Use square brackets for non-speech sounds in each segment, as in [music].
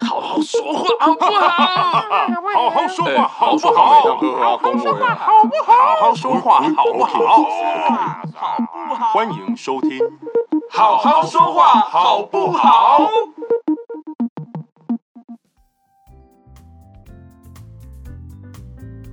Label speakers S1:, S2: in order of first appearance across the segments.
S1: 好说话好不好？
S2: 好好说
S1: 哎
S2: 话，好不
S1: 好
S2: 好？
S1: 好好说话，
S2: 好不好？好好说话，好不好？
S1: 好不好？
S2: 欢迎收听，
S1: 好好说话好不好？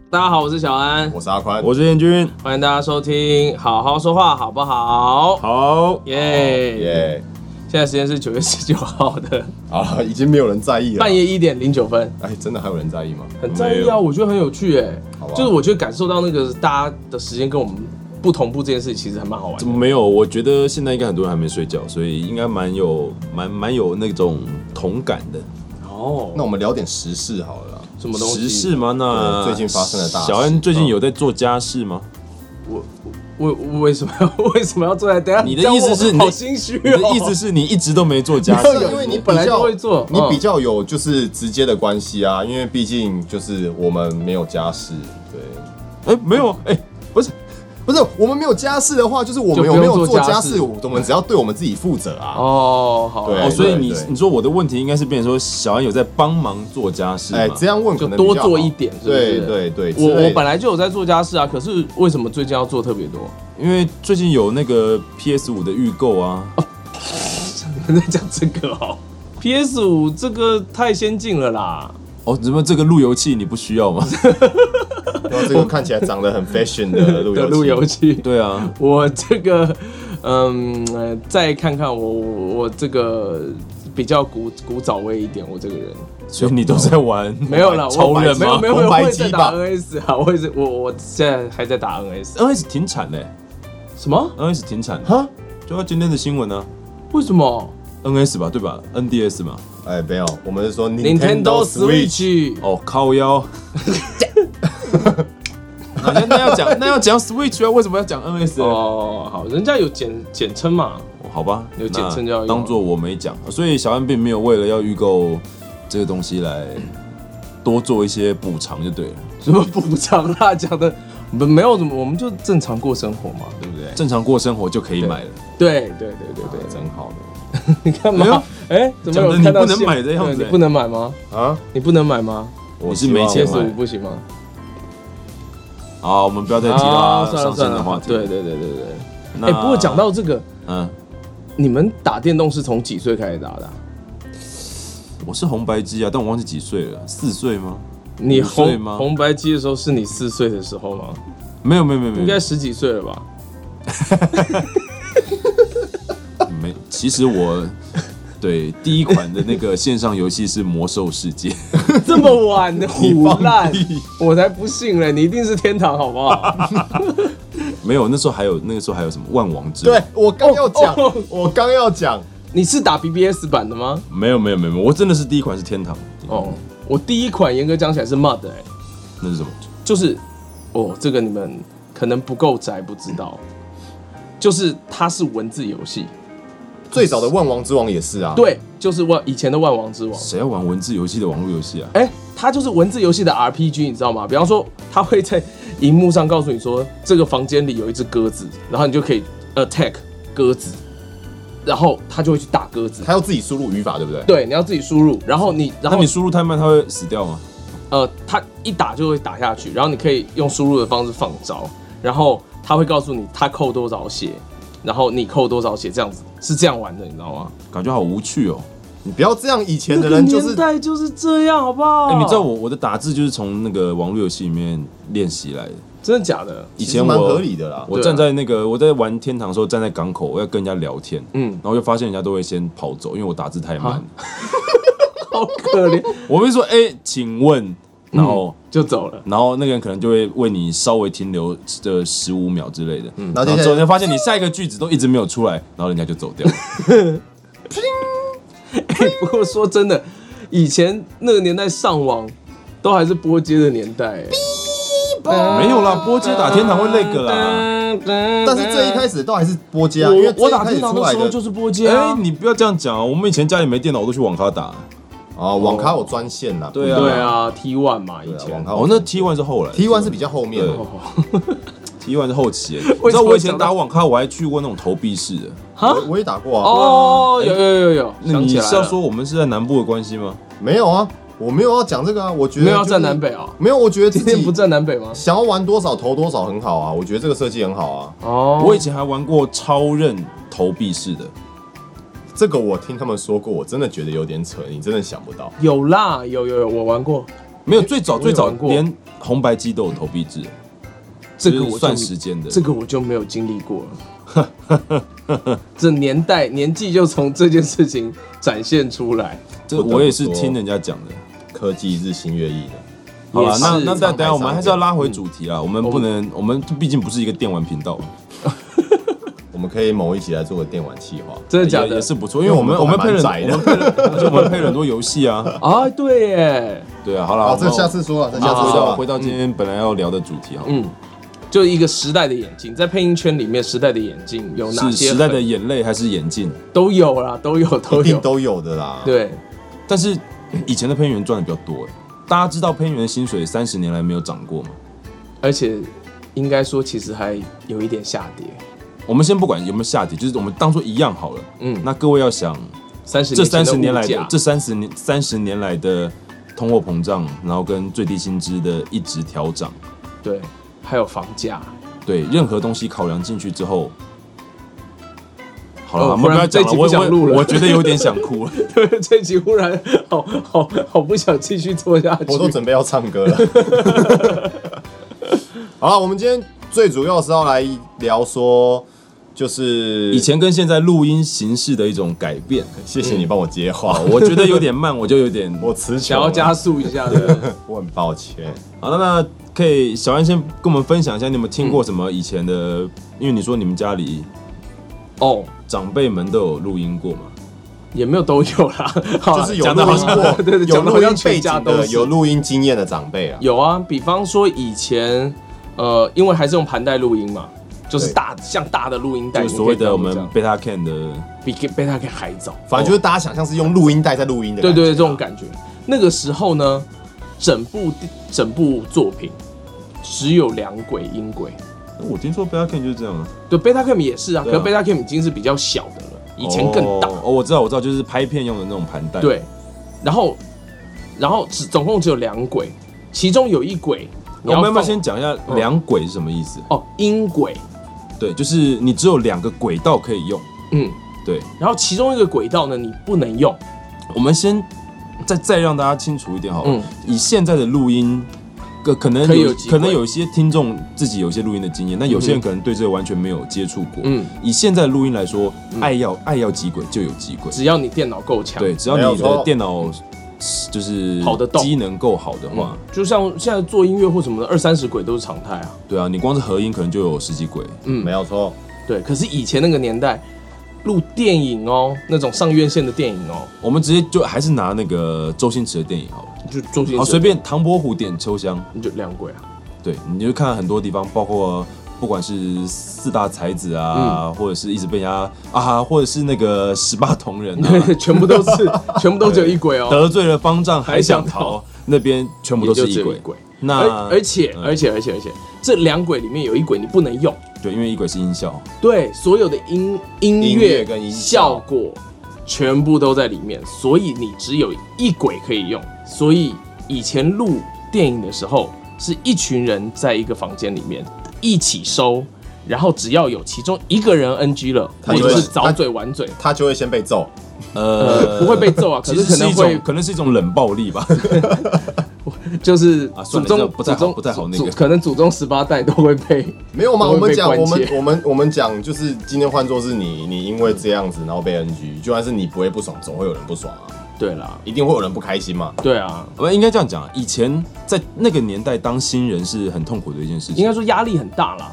S3: 大家好，我是小安，
S4: 我是阿宽，
S5: 我是彦君，
S3: 欢迎大家收听《好好说话》，好不好？
S5: 好，
S3: 耶
S4: 耶，
S3: 现在时间是九月十九号
S5: [laughs]
S3: 的
S4: 啊，已经没有人在意了。
S3: 半夜一点零九分，
S4: 哎，真的还有人在意吗？
S3: 很在意
S5: 没
S3: 啊，
S5: 有
S3: 我觉得很有趣哎
S4: 好吧，
S3: 就是我觉得感受到那个大家的时间跟我们不同步这件事，其实还蛮好玩
S5: 怎
S3: 的。
S5: 么没有？我觉得现在应该很多人还没睡觉，所以应该蛮有蛮蛮有那种同感的。
S3: 哦，
S4: 那我们聊点时事好了啦。
S3: 什么东西？
S5: 时事吗？那
S4: 对最近发生的大事
S5: 小安最近有在做家
S4: [laughs]
S5: 事吗？
S3: 为为什么 [laughs] 要为什么要坐在？等一下
S5: 你的
S3: 这样
S5: 意思
S3: 问我
S5: 是你
S3: 好心虚
S5: 你的
S3: 哦。
S5: 意思是你一直都没做家
S4: 不是
S5: 事？
S4: 因为你比较
S3: 本来就会做
S4: 你
S3: 嗯
S4: 比较有就是直接的关系啊，因为毕竟就是我们没有家事，对，
S5: 哎，没有，哎，不是，
S4: 不是我们没有家事的话，就是我们
S3: 就不
S4: 有
S3: 用
S4: 没有
S3: 做
S4: 做
S3: 家
S4: 家
S3: 事
S4: 事，我们只要对我们自己负责啊。
S3: 哦，好啊，
S4: 对
S5: 哦，所以你
S4: 对对
S5: 你说我的问题应该是变成说小安有在帮忙做家事
S4: 哎，
S5: 吗？
S4: 这样问可
S3: 就
S4: 能
S3: 多
S4: 比较好
S3: 做一点是不是
S4: 对对对，之
S3: 我
S4: 类
S3: 我
S4: 的
S3: 本来就有在做家事啊，可是为什么最近要做特别多？
S5: 因为最近有那个 PS 五的预购啊，
S4: 哦
S3: [laughs] 在讲这个哦。PS 五这个太先进了啦，
S5: 哦，怎么这个路由器你不需
S4: [laughs]
S5: 要吗？
S4: 然后这个看起来长得很 fashion
S3: [laughs]
S4: 的路由器
S3: 的路由器。
S5: 对啊，
S3: 我这个，嗯，呃再看看我我我这个比较古古早味一点，我这个人
S5: 所以你都在玩
S3: 没有啦，我
S5: 超人
S3: 没有
S5: 吗
S3: 没有没
S4: 红
S3: 有，我
S4: 白
S3: 也在
S4: 机吧
S3: 打 NS 啊，我也是我我现在还在打 NS。
S5: ？NS 停产嘞
S3: 什么？
S5: ，NS 停产，
S4: 哈，
S5: 就今天的新闻呢
S3: 为什么
S5: ，NS 吧，对吧？NDS 嘛，
S4: 哎，没有，我们是说
S3: Nintendo
S4: Nintendo Switch，
S3: Switch
S5: 哦，靠腰。
S3: [laughs]
S5: 那那那要讲那要讲 Switch 啊，为什么要讲 NS？哦，
S3: 哦，好，人家有简简称嘛，
S5: 好吧，
S3: 有简称
S5: 那
S3: 叫
S5: 当做我没讲。啊所以小安并没有为了要预购这个东西来多做一些补偿就对了，
S3: 什么补偿啦，讲的没没有什么，我们就正常过生活嘛，对不对？
S5: 正常过生活就可以买了。
S3: 对对对对对，
S4: 真好的
S3: 你干嘛？哎，怎么有
S5: 讲得你
S3: 看到
S5: 不能
S3: 线
S5: 买的样子
S3: 对你
S5: 哎
S3: 不能买吗？
S4: 啊，
S3: 你不能买吗
S4: 我
S5: 你是
S4: 希望
S5: 没钱
S4: 我
S3: ？PS
S5: 买
S3: 五不行吗？
S5: 好，我们不要再提到
S3: 啊算了
S5: 上
S3: 算
S5: 升的
S3: 了，
S5: 话
S3: 好
S5: 题。
S3: 对，对对对对。
S5: 那
S3: 哎，不过讲到这个，
S5: 嗯，
S3: 你们打电动是从几岁开始打的啊？
S5: 我是红白机啊，但我忘记几岁了，四岁吗？
S3: 你
S5: 五岁
S3: 红
S5: 吗
S3: 红白机的时候是你四岁的时候吗？
S5: 没有没有没有没有，
S3: 应该十几岁了吧？ [laughs]
S5: 没。其实我对第一款的那个线上游戏是《魔兽世界》， [laughs]
S3: 这么晚的胡烂，我才不信嘞！你一定是天堂好不
S5: [laughs]
S3: 好？
S5: 没有那时候还有那个时候还有什么《万王之王》
S4: 对，我刚要讲
S3: 哦哦，
S4: 我刚要讲，
S3: 你是打 BBS 版的吗？
S5: 没有没有没有，没有我真的是第一款是天堂。
S3: 哦，我第一款严格讲起来是 MUD 哎、
S5: 那是什么？
S3: 就是哦，这个你们可能不够宅，不知道，就是它是文字游戏，
S4: 最早的万王之王也是啊，，
S3: 对，就是万以前的万王之王，
S5: 谁要玩文字游戏的网络游戏啊？
S3: 哎、它就是文字游戏的 RPG，你知道吗？比方说，它会在荧幕上告诉你说，这个房间里有一只鸽子，然后你就可以 attack 鸽子，然后它就会去打鸽子。
S4: 他要自己输入语法，对不对？
S3: 对，你要自己输入，然后你，然
S5: 那
S3: 后
S5: 你输入太慢，它会死掉吗？
S3: 呃，它一打就会打下去，然后你可以用输入的方式放招，然后它会告诉你它扣多少血，然后你扣多少血，这样子是这样玩的，你知道吗？
S5: 感觉好无趣哦。
S4: 你不要这样，以前的人就是
S3: 代就是这样，好不好
S5: 哎，你知道我我的打字就是从那个网络游戏里面练习来的。
S3: 真的假的？ [laughs]
S5: 以
S4: 以
S5: 前
S4: 前
S5: 我
S4: 蛮合理的啦。
S5: 我站在那个我在玩天堂的时候，站在港口，我要跟人家聊天，
S3: 嗯
S5: 嗯，然后就发现人家都会先跑走，因为我打字太慢了。
S3: 好可怜，
S5: 我会说，哎、请问，然后、
S3: 就走了。 [laughs]
S5: 然后那个人可能就会为你稍微停留这十五秒之类的，嗯，
S4: 然后
S5: 然
S4: 接
S5: 后
S4: 下
S5: 之后
S4: 来
S5: 就发现你下一个句子都一直没有出来，然后人家就走 [laughs] 掉了。
S3: 不过说真的，以前那个年代上网都还是拨接的年代、欸哎
S5: 没有啦，波接打天堂会那个
S3: 啊
S5: 啦。
S4: 但是最一开始都还是波接啊，因为
S3: 我我打
S4: 最一
S3: 天
S4: 开始出
S3: 堂的
S4: 来
S3: 时候就
S4: 的
S3: 是拨接
S5: 哎、
S3: 啊。
S5: 你不要这样讲啊！我们以前家里没电脑，我都去网咖打。
S4: 啊，
S3: 哦
S4: 网咖有专线啦，
S5: 对啊
S3: 对啊，T one 嘛，以
S4: 不一
S5: 哦
S4: 样，对啊
S3: 前
S4: 网。咖
S5: 哦，那 T one 是后来
S4: T one 是比较后面的
S5: 对，
S3: 哦
S5: T 踢完是后期 [laughs] 耶，
S3: 为
S5: 你
S3: 什么
S5: 知道
S3: 会
S5: 我以前
S3: 想到
S5: 打网咖，我还去过那种投币式的。
S3: 哈
S4: 我我也打过啊。
S3: 哦，有有有有，
S5: 那
S3: 想
S5: 你
S3: 起来
S5: 是要
S3: 了，
S5: 说我们是在南部的关系吗？
S4: 没有啊，我没有要讲这个啊。我觉得
S3: 没有要
S4: 就是
S3: 站南北哦
S4: 没有，我觉得自
S3: 今天
S4: 己
S3: 不站南北吗？
S4: 想要玩多少投多少很好啊。我觉得这个设计很好啊。
S3: 哦，
S5: 我以前还玩过超任投币式的，
S4: 这个我听他们说过，我真的觉得有点扯，你真的想不到。
S3: 有啦，有有有，我玩过
S5: 没有最早
S3: 我有
S5: 最早
S3: 玩过
S5: 连红白机都有投币制，
S3: 这个
S5: 就
S3: 我
S5: 是
S3: 就
S5: 算时间的。
S3: 这个我就没有经历过了。 [laughs] 这年代年纪就从这件事情展现出来，
S5: 这我也是听人家讲的。
S4: 科技日新月异的，
S5: 好
S3: 也
S5: 了，
S3: 是
S5: 那那再等一下，我们还是要
S4: 嗯
S5: 拉回主题啦。我们不能，我们毕竟不是一个电玩频道，
S4: 我们可以某一集来做个电玩企划。
S3: 真的假
S5: 也
S3: 的？
S5: 也是不错，因为我们
S4: 因为我
S5: 我
S4: 们
S5: 们配了
S4: 还蛮
S5: 我们配了，而且我们配了很多游戏啊。
S3: 啊，对耶，
S5: 对啊，好了，
S4: 好，
S5: 我
S4: 这
S5: 们
S4: 下次说啊了，这下
S5: 下
S4: 次
S5: 次回
S4: 说
S5: 到
S4: 了
S5: 回。到今天本来要聊的主题好了，
S3: 嗯，就一个时代的眼镜，在配音圈里面，时代的眼镜有哪
S5: 是
S3: 些
S5: 时
S3: 很？
S5: 代的眼泪还是眼镜？
S3: 都有啦，都有，都
S4: 一定
S3: 有，
S4: 都有的啦。，
S3: 对，
S5: 但是以前的配音员赚的比较多，哎大家知道配音员的薪水三十年来没有涨过吗？
S3: 而且应该说，其实还有一点下跌。
S5: 我们先不管有没有下跌，就是我们当做一样好了。
S3: 嗯，
S5: 那各位要想，
S3: 三十
S5: 这三十年来
S3: 的物
S5: 的
S3: 价
S5: 这三十年三十年来的通货膨胀，然后跟最低薪资的一直调涨，
S3: 对，还有房价。
S5: 对任何东西考量进去之后，好
S3: 哦
S5: 了，我
S3: 忽
S5: 们
S3: 然
S5: 不要讲
S3: 这
S5: 了，
S3: 集哦不
S5: 我
S3: 想录
S5: 我
S3: 了
S5: 我觉得有点想
S3: [laughs]
S5: 哭了。
S3: 对，这集忽然好好好不想继续做下去。
S4: 我都准备要唱歌
S3: [laughs]
S4: 了。好了，我们今天最主要是要来聊说，就是
S5: 以前跟现在录音形式的一种改变，
S4: 谢谢你帮我接话，
S5: 我觉得有点慢，我就
S3: [laughs]
S5: 有点
S4: 我词穷
S3: 嗯想
S4: 了，
S3: 要加速一下
S4: [laughs]
S3: 的，
S4: 我很抱歉。
S5: 好，那那可以，小安先跟我们分享一下，你有没有听过什么以前的？因为你说你们家里
S3: 哦，
S5: 长辈们都有录音过嘛？
S3: 也没有都有啦， [laughs] 好啦
S4: 就是有
S3: 讲
S4: 录
S3: 得好
S4: 音
S3: 像
S4: 过，
S3: [laughs] 对对，
S4: 有
S3: 讲得
S4: 录
S3: 好像
S4: 音
S3: 全
S4: 背
S3: 家
S4: 景
S3: 都
S4: 的，
S3: 是
S4: 有录音经验的长辈啊。
S3: 有啊，比方说以前，呃，因为还是用盘带录音嘛，就是
S4: 对
S3: 大像大的录音带，
S5: 就所谓的我
S3: 你可以
S5: 们
S3: 这样哦
S5: beta can 的，
S3: 比贝塔给还早，
S4: 反正就是大家想象是用录音带在录音的
S3: 对
S4: 感觉，啊
S3: 对对，这种感觉。那个时候呢，整部电整部作品只有两轨音轨，
S5: 我听说 beta can 就是这样啊，
S3: 对贝塔 cam 也是啊，可
S5: 对
S3: 是
S5: 啊
S3: 贝塔 cam 已经是比较小的了，以前更大。
S5: 哦，哦我知道，我知道，就是拍片用的那种盘带。
S3: 对，然后然后只总共只有两轨，其中有一轨你
S5: 那我
S3: 要
S5: 们要不要
S3: 放嗯
S5: 先讲一下两轨是什么意思？
S3: 哦音轨，
S5: 对，就是你只有两个轨道可以用。
S3: 嗯，
S5: 对，
S3: 然后其中一个轨道呢你不能用，
S5: 我们先再再让大家清楚一点好了。
S3: 嗯
S5: 以现在的录音，可可能
S3: 可以
S5: 有
S3: 有机会
S5: 可能有一些听众自己有一些录音的经验，但有些人可能对这个完全没有接触过。
S3: 嗯，
S5: 以现在的录音来说，爱要爱要几轨就有几轨，
S3: 只要你电脑够强，
S5: 对，，只要
S4: 没有
S5: 你的
S4: 错
S5: 电脑就是
S3: 跑得动
S5: 机能够好的话，
S3: 嗯就像现在做音乐或什么的，二三十轨都是常态啊。
S5: 对啊，你光是合音可能就有十几轨。
S3: 嗯
S4: 没有错。
S3: 对，可是以前那个年代录电影哦，那种上院线的电影哦，
S5: 我们直接就还是拿那个周星驰的电影好了，
S3: 就周星
S5: 好
S3: 驰
S5: 随便唐伯虎点秋香，
S3: 你就两轨啊， [laughs]
S5: 对，你就看很多地方，包括不管是四大才子啊，
S3: 嗯
S5: 或者是一直被人家啊，或者是那个十八铜
S3: [laughs]
S5: 人、啊，
S3: 全部都是全部都只有一轨哦，
S5: 得罪了方丈还想
S3: 还想
S5: 逃，那边全部
S3: 也
S5: 都
S3: 就是只
S5: 一
S3: 有一
S5: 轨。
S3: 轨。
S5: 那
S3: 而而且
S5: 嗯
S3: 而且而且而且，这两轨里面有一轨你不能用，
S5: 对，因为一轨是音效，
S3: 对，所有的音音
S4: 音
S3: 乐
S4: 乐跟音效
S3: 效果全部都在里面，所以你只有一轨可以用。所以以前录电影的时候，是一群人在一个房间里面一起收，然后只要有其中一个人 NG 了，
S4: 他
S3: 或
S4: 就会
S3: 者是早嘴晚嘴，
S4: 他就会先被揍，
S5: 呃，
S3: 不会被揍啊
S5: 其
S3: 可是
S5: 实是一
S3: 可能会
S5: 种，可能是一种冷暴力吧。
S3: 就是
S5: 啊
S3: 祖
S5: 算了这
S3: 宗
S5: 样不太好
S3: 祖宗
S5: 不太好那
S3: 祖
S5: 个
S3: 可能祖宗十八代都会被
S4: 没有吗？
S3: 都
S4: 我
S3: 会
S4: 们
S3: 被
S4: 讲，
S3: 关
S4: 我们
S3: 切
S4: 我们我们讲，就是今天换作是你，你因为这样子然后被 NG，就算是你不会不爽，总会有人不爽啊，
S3: 对啦，
S4: 一定会有人不开心嘛。
S3: 对啊，
S5: 我们应该这样讲，以前在那个年代当新人是很痛苦的一件事
S3: 应
S5: 情
S3: 该。说压力很大啦。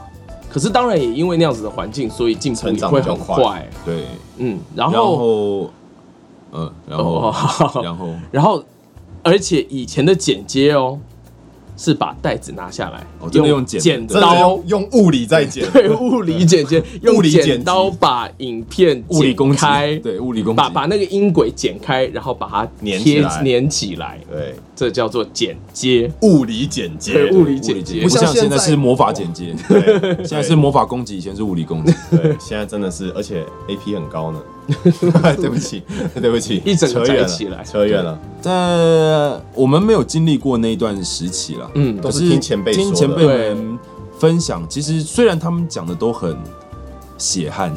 S3: 可是当然也因为那样子的环境，所以进步
S4: 成
S3: 也
S4: 长
S3: 会
S4: 比较
S3: 很
S4: 快
S3: 快。
S5: 对，
S3: 嗯，然
S5: 然
S3: 后
S5: 后，嗯，然
S3: 哦
S5: 后，
S3: 好 [laughs]
S5: 然后，
S3: 然后，而且以前的剪接哦，是把袋子拿下来，
S5: 哦真的用剪
S3: 剪
S4: 真的
S3: 刀
S4: 用用物理在剪，
S3: [laughs] 对物理剪
S5: [laughs]
S3: 接，用
S4: 物理剪
S3: 剪刀
S4: 辑
S3: 把影片
S5: 物理
S3: 剪
S5: 攻击
S3: 开，
S5: 对物理攻击
S3: 把把那个音轨剪开，然后把它
S4: 粘
S3: 贴
S4: 起来
S3: 粘起来，
S4: 对，
S3: 这叫做剪接，
S4: 物理剪接
S3: 对，物理
S5: 物理
S3: 剪
S5: 剪
S3: 接
S4: 不
S5: 不像
S4: 像
S5: 现在
S4: 现在
S5: 是魔法剪接，
S4: 对
S5: 现在是魔法攻击，以前是物理攻击。
S4: 对，现在真的是，而且 AP 很
S3: [laughs]
S4: 高呢。对不起，对不起，
S3: 一整个
S4: 扯远
S3: 宅起来
S4: 了，扯远了。
S5: 但我们没有经历过那一段时期啦，
S3: 嗯
S5: 可
S4: 都是听前辈说的
S5: 听前辈们分享，其实虽然他们讲的都很血汗，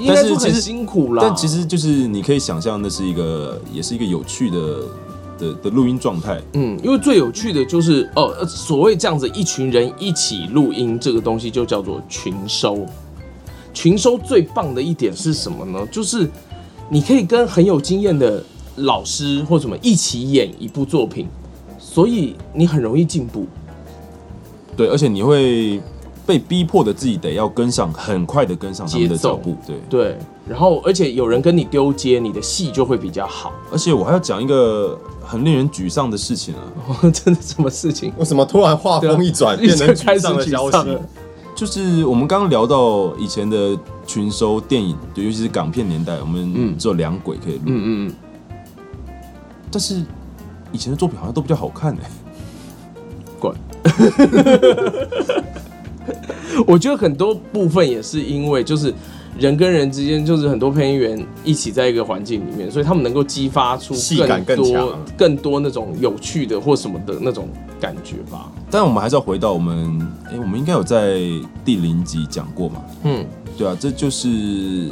S3: 应该说
S5: 但是其
S3: 很
S5: 实
S3: 辛苦啦。
S5: 但其实就是你可以想象，那是一个也是一个有趣的的的录音状态。
S3: 嗯，因为最有趣的就是哦，呃所谓这样子一群人一起录音，这个东西就叫做群收。群收最棒的一点是什么呢？就是你可以跟很有经验的老师或什么一起演一部作品，所以你很容易进步。
S5: 对，而且你会被逼迫的自己得要跟上，很快的跟上他们的
S3: 节奏
S5: 脚步。对，
S3: 对，然后而且有人跟你丢接，你的戏就会比较好。 [laughs]
S5: 而且我还要讲一个很令人沮丧的事情啊，
S3: 真的什么事情？
S4: 为什么突然画风一转，变成
S3: [laughs] 啊一直开
S4: 沮
S3: 始
S4: 丧的消
S3: 沮丧
S4: 息
S3: 了？
S5: 就是我们刚刚聊到以前的群收电影，尤其是港片年代，我们只有两轨可以录，
S3: 嗯嗯
S5: 但是以前的作品好像都比较好看哎、
S3: 嗯，滚。我觉得很多部分也是因为就是人跟人之间，就是很多配音员一起在一个环境里面，所以他们能够激发出
S4: 戏感更
S3: 多
S4: 强
S3: 更多那种有趣的或什么的那种感觉吧。
S5: 但我们还是要回到我们，哎、我们应该有在第零集讲过嘛？
S3: 嗯，
S5: 对啊，这就是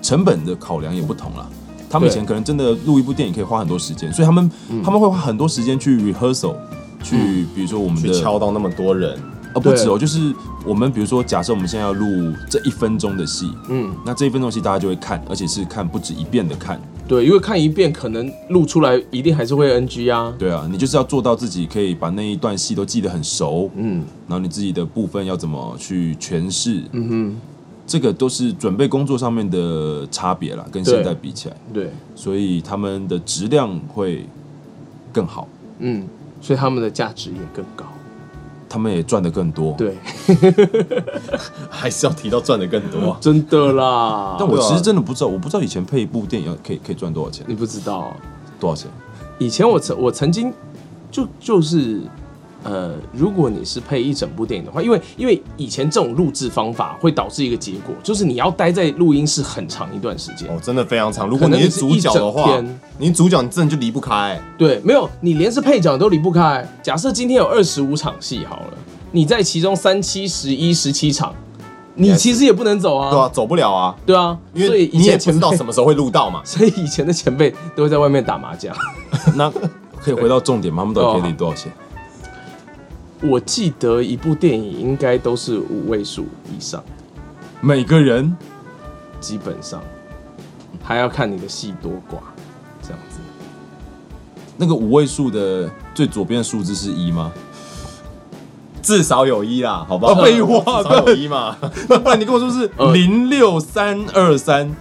S5: 成本的考量也不同了。他们以
S3: 对
S5: 前可能真的录一部电影可以花很多时间，所以他们、
S3: 嗯
S5: 他们会花很多时间去 rehearsal，去、比如说我们
S4: 去
S5: 的
S4: 敲到那么多人，
S5: 啊，不
S3: 对
S5: 止哦，就是我们比如说，假设我们现在要录这一分钟的戏，
S3: 嗯
S5: 嗯，那这一分钟的戏大家就会看，而且是看不止一遍的看，
S3: 对，因为看一遍可能录出来一定还是会 NG 啊。
S5: 对啊，你就是要做到自己可以把那一段戏都记得很熟，
S3: 嗯
S5: 然后你自己的部分要怎么去诠释，
S3: 嗯
S5: 这个都是准备工作上面的差别啦，跟
S3: 对
S5: 现在比起来，
S3: 哼，对，
S5: 所以他们的质量会更好，
S3: 嗯，所以他们的价值也更高。
S5: 他们也赚得更多，。
S3: 对，
S4: 还是要提到赚的更多啊。
S3: [laughs] 真的啦。
S5: 但我
S4: 对啊
S5: 其实真的不知道，我不知道以前配一部电影要可以可以赚多少钱，
S3: 你不知道，啊
S5: 多少钱？
S3: 以前我曾我曾经就就是呃，如果你是配一整部电影的话，因为因为以前这种录制方法会导致一个结果，就是你要待在录音室很长一段时间。
S4: 哦，真的非常长。如果你
S3: 可能
S4: 是主角的
S3: 是一
S4: 话
S3: 整天，
S4: 你主角你真的就离不开。
S3: 对，没有你连是配角你都离不开。假设今天有二十五场戏好了，你在其中三七、十一、十七场，你其实也不能走啊。
S4: 对啊，走不了啊，
S3: 对啊，
S4: 因
S3: 所以
S4: 为
S3: 以
S4: 你也
S3: 前
S4: 不知
S3: 前辈。
S4: 道，什么时候会录到嘛
S3: [laughs] 所以以前的前辈都会在外面打麻将。
S5: 那可以回到重点吗？他们到底可以领多少钱？
S3: 我记得一部电影应该都是五位数以上。
S5: 每个人
S3: 基本上还要看你的戏多寡，这样子。
S5: 那个五位数的最左边的数字是一吗？
S4: 至少有一啦，好不好？
S3: 哦
S5: 啊废
S4: [laughs]
S5: 话
S4: 至少有一嘛。
S5: 那 [laughs] 不然你跟我说是
S3: 呃
S5: 零六三二三，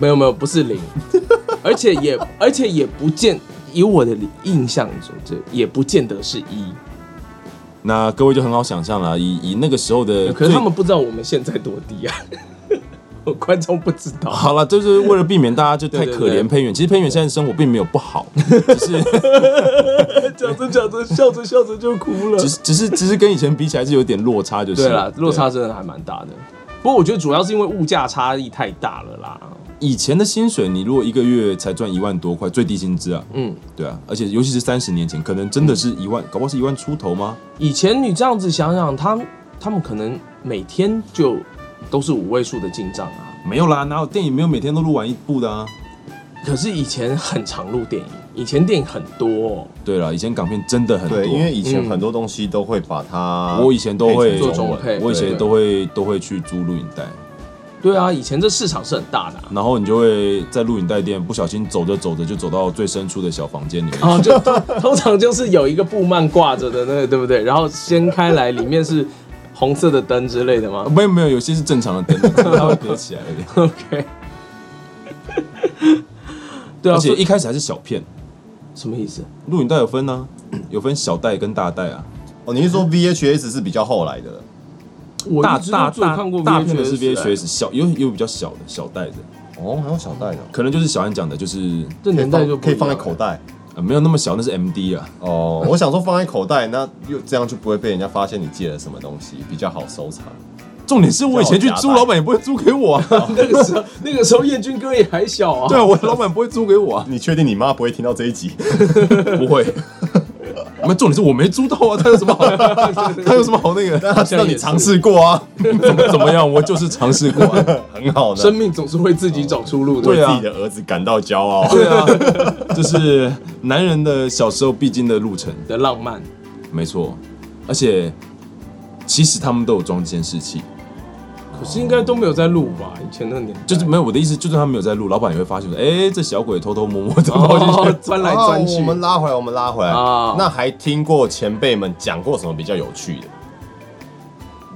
S3: 没有没有，不是 [laughs] 零，而且也而且也不见，以我的印象中，这也不见得是一。
S5: 那各位就很好想象了。以以那个时候的最，
S3: 可是他们不知道我们现在多低啊， [laughs] 我观众不知道。
S5: 好了，就是为了避免大家 [laughs] 就太
S3: 对对
S5: 可
S3: 对
S5: 怜配员。其实配员现在生活并没有不好，只是
S3: [laughs]
S5: [laughs]
S3: 讲着讲着，笑着笑着就哭了
S5: 只是只是只是跟以前比起来是有点落差，就是
S3: 对啦，落差。真的还蛮大的。不过我觉得主要是因为物价差异太大了啦。
S5: 以前的薪水，你如果一个月才赚一万多块，最低薪资啊，
S3: 嗯，
S5: 对啊，而且尤其是三十年前，可能真的是一万，搞不好是一万出头吗？
S3: 以前你这样子想想，他们他们可能每天就都是五位数的进账啊。
S5: 没有啦，哪有电影没有每天都录完一部的啊？
S3: 可是以前很常录电影，以前电影很多、哦，
S5: 对了，以前港片真的很多，
S4: 对，因为以前
S3: 嗯
S4: 很多东西都会把它，
S5: 我以前都会
S3: 做中配
S5: 我以前
S3: 对
S5: 都会都会去租录影带，
S3: 对啊，以前这市场是很大的 [laughs] 啊、
S5: 然后你就会在录影带店不小心走着走着就走到最深处的小房间里面。
S3: 然后哦就通 [laughs] 通常就是有一个布幔挂着的那个，对不对？然后掀开来，里面是红色的灯之类的吗 [laughs]
S5: 没有没有，有些是正常的灯，只是它会隔起来而已。
S3: ？OK，对啊，
S5: 而且
S3: 所以啊
S5: 一开始还是小片，
S3: 什么意思？
S5: 录影带有分呢、啊有分小袋跟大袋啊，
S4: 哦，你是说 VHS 是比较后来的了？
S3: 我
S5: 大
S3: 一直
S5: 大
S3: 都只有
S5: 大
S3: 看过
S5: 大片的是
S3: VHS，
S5: VHS，小有有比较小的小袋的，
S4: 哦，还有小袋的哦，
S5: 可能就是小安讲的，就是
S4: 可
S3: 这
S4: 以
S3: 年代
S4: 放
S3: 就不
S4: 可以放
S3: 一
S4: 在
S3: 样
S4: 口袋。
S5: 呃没有那么小，那是 MD 啊。
S3: [laughs]
S4: 哦，我想说放在口袋，那又这样就不会被人家发现你借了什么东西，比较好收藏。
S5: 重点是我以前去租，老板也不会租给我啊。
S3: 那个时候，那个时候燕军哥也还小啊。
S5: 对啊，我的老板不会租给我啊，
S4: 你确定你妈不会听到这一
S3: [laughs]
S4: 集？
S5: 不会。那重点是我没租到啊，他有什么好？
S3: 啊
S5: 他有什么好那个？
S4: 但她知道你尝试过啊，
S5: 怎么怎么样？我就是尝试过啊、
S4: 很好的
S3: 生，命总是会自己找出路的。
S5: 对
S4: 为
S5: 啊
S4: 自己的儿子感到骄傲。
S5: 对啊，这是男人的小时候必经的路程，
S3: 的浪漫，
S5: 没错。而且其实他们都有装监视器，
S3: 可是应该都没有在录吧？以前那个年代
S5: 就是没有我的意思，就算他们有在录，老板也会发现说，哎、这小鬼偷偷摸摸的跑进去。
S3: 哦，钻来钻
S4: 哦
S3: 去
S4: 我。们拉回来，我们拉回来。
S3: 啊
S4: 那还听过前辈们讲过什么比较有趣的？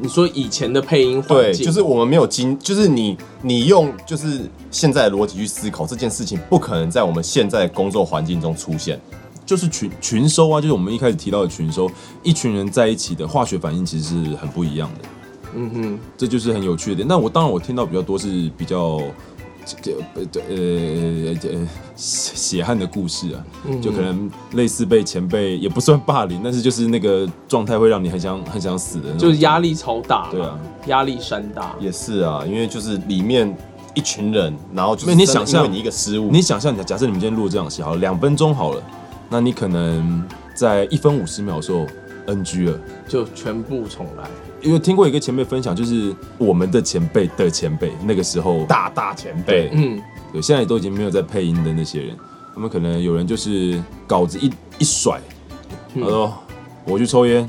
S3: 你说以前的配音环
S4: 对，
S3: 境，
S4: 就是我们没有经，就是你你用就是现在的逻辑去思考这件事情，不可能在我们现在的工作环境中出现。
S5: [laughs] 就是群群收啊，就是我们一开始提到的群收，一群人在一起的化学反应其实是很不一样的，
S3: 嗯哼，
S5: 这就是很有趣的点。那我当然我听到比较多是比较。这呃呃呃血血汗的故事啊，
S3: 嗯
S5: 就可能类似被前辈也不算霸凌，但是就是那个状态会让你很想很想死的那种，
S3: 就是压力超大，
S5: 对啊，
S3: 压力山大。
S4: 也是啊，因为就是里面一群人，然后就
S5: 没
S4: 是
S5: 有
S4: 真
S5: 你
S4: 的
S5: 想象
S4: 因为你一个失误，
S5: 你想象，你假设你们今天录这场戏好了，两分钟好了，那你可能在一分五十秒的时候 NG 了。
S3: 就全部重来。
S5: 因为听过一个前辈分享，就是我们的前辈的前辈，那个时候
S4: 大大前
S5: 对
S4: 辈，
S3: 嗯，
S5: 对，现在都已经没有在配音的那些人，他们可能有人就是稿子一一甩，他说我去抽烟，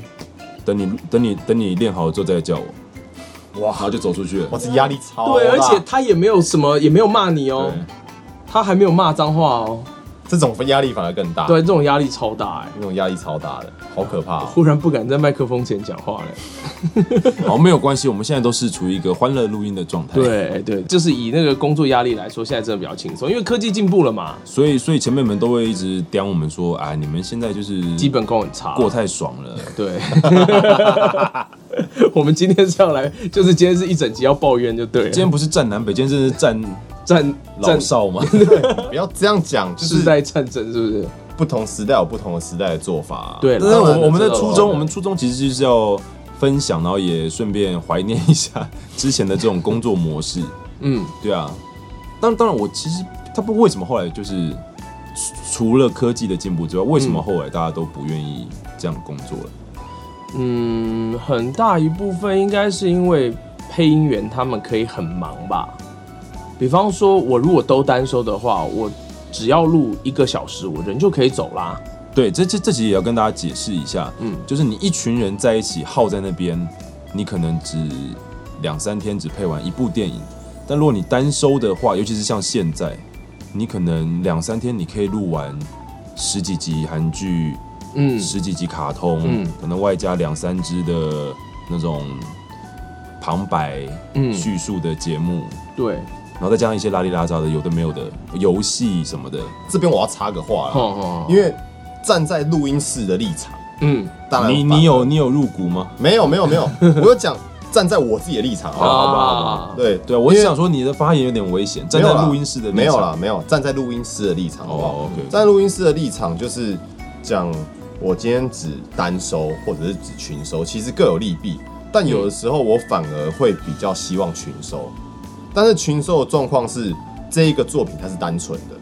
S5: 等你等你等你练好了之后再来叫我，
S4: 哇
S5: 然后就走出去了
S4: 哇，。这压力超大
S3: 对，而且他也没有什么，也没有骂你哦，
S5: 对
S3: 他还没有骂脏话哦。
S4: 这种分压力反而更大，
S3: 对，，这种压力超大哎，
S4: 那种压力超大的，好可怕、哦。
S3: 忽然不敢在麦克风前讲话嘞。
S5: 好，没有关系，我们现在都是处于一个欢乐录音的状态。，
S3: 对对，就是以那个工作压力来说，现在真的比较轻松，因为科技进步了嘛，
S5: 所以所以前辈们都会一直刁我们说，啊，你们现在就是
S3: 基本功很差。
S5: 过太爽了。
S3: 对， [laughs] 我们今天上来就是今天是一整集要抱怨就对了，
S5: 今天不是站南北，今天真的是站
S3: 战
S5: 老
S3: 战 [laughs]
S5: 少吗？
S4: 不要这样讲，就是是
S3: 在战争是不是？
S4: 不同时代有不同的时代的做法、啊
S3: 对
S5: 但是
S3: 当然
S5: 我我们的
S3: 这个
S5: 初
S3: 当
S5: 衷，
S3: 然
S5: 我们初衷其实就是要分享，然后也顺便怀念一下之前的这种工作模式。
S3: 嗯，
S5: 对啊，当当然，我其实他不为什么后来就是除除了科技的进步之外，为什么后来大家都不愿意这样工作了？
S3: 嗯，很大一部分应该是因为配音员他们可以很忙吧。比方说，我如果都单收的话，我只要录一个小时，我人就可以走啦。
S5: 对，这这这集也要跟大家解释一下，
S3: 嗯
S5: 嗯，就是你一群人在一起耗在那边，你可能只两三天只配完一部电影，但如果你单收的话，尤其是像现在，你可能两三天你可以录完十几集韩剧，
S3: 嗯，
S5: 十几集卡通，
S3: 嗯
S5: 可能外加两三支的那种旁白、
S3: 嗯
S5: 叙述的节目，
S3: 对，
S5: 然后再加上一些拉里拉杂的有的没有的游戏什么的，
S4: 这边我要插个话了，
S3: 哦，
S4: 因为站在录音室的立场，
S3: 嗯，
S4: 当然
S5: 你
S4: 反
S5: 你有你有入股吗？
S4: 没有没有没
S5: [laughs]
S4: 有，我有讲站在我自己的立场啊，
S5: 好吧好吧
S3: 啊，
S4: 对
S5: 对，我
S4: 因
S5: 是
S4: 为
S5: 想说你的发言有点危险，站
S4: 没
S5: 在
S4: 有啦
S5: 录音室的
S4: 没有
S5: 了
S4: 啦，，没有站在录音师的立场好不好？
S5: 哦，OK
S4: 站在录音师的立场就是讲，我今天只单收或者是只群收，其实各有利弊。但有的时候我反而会比较希望群收，但是群收的状况是这一个作品它是单纯的。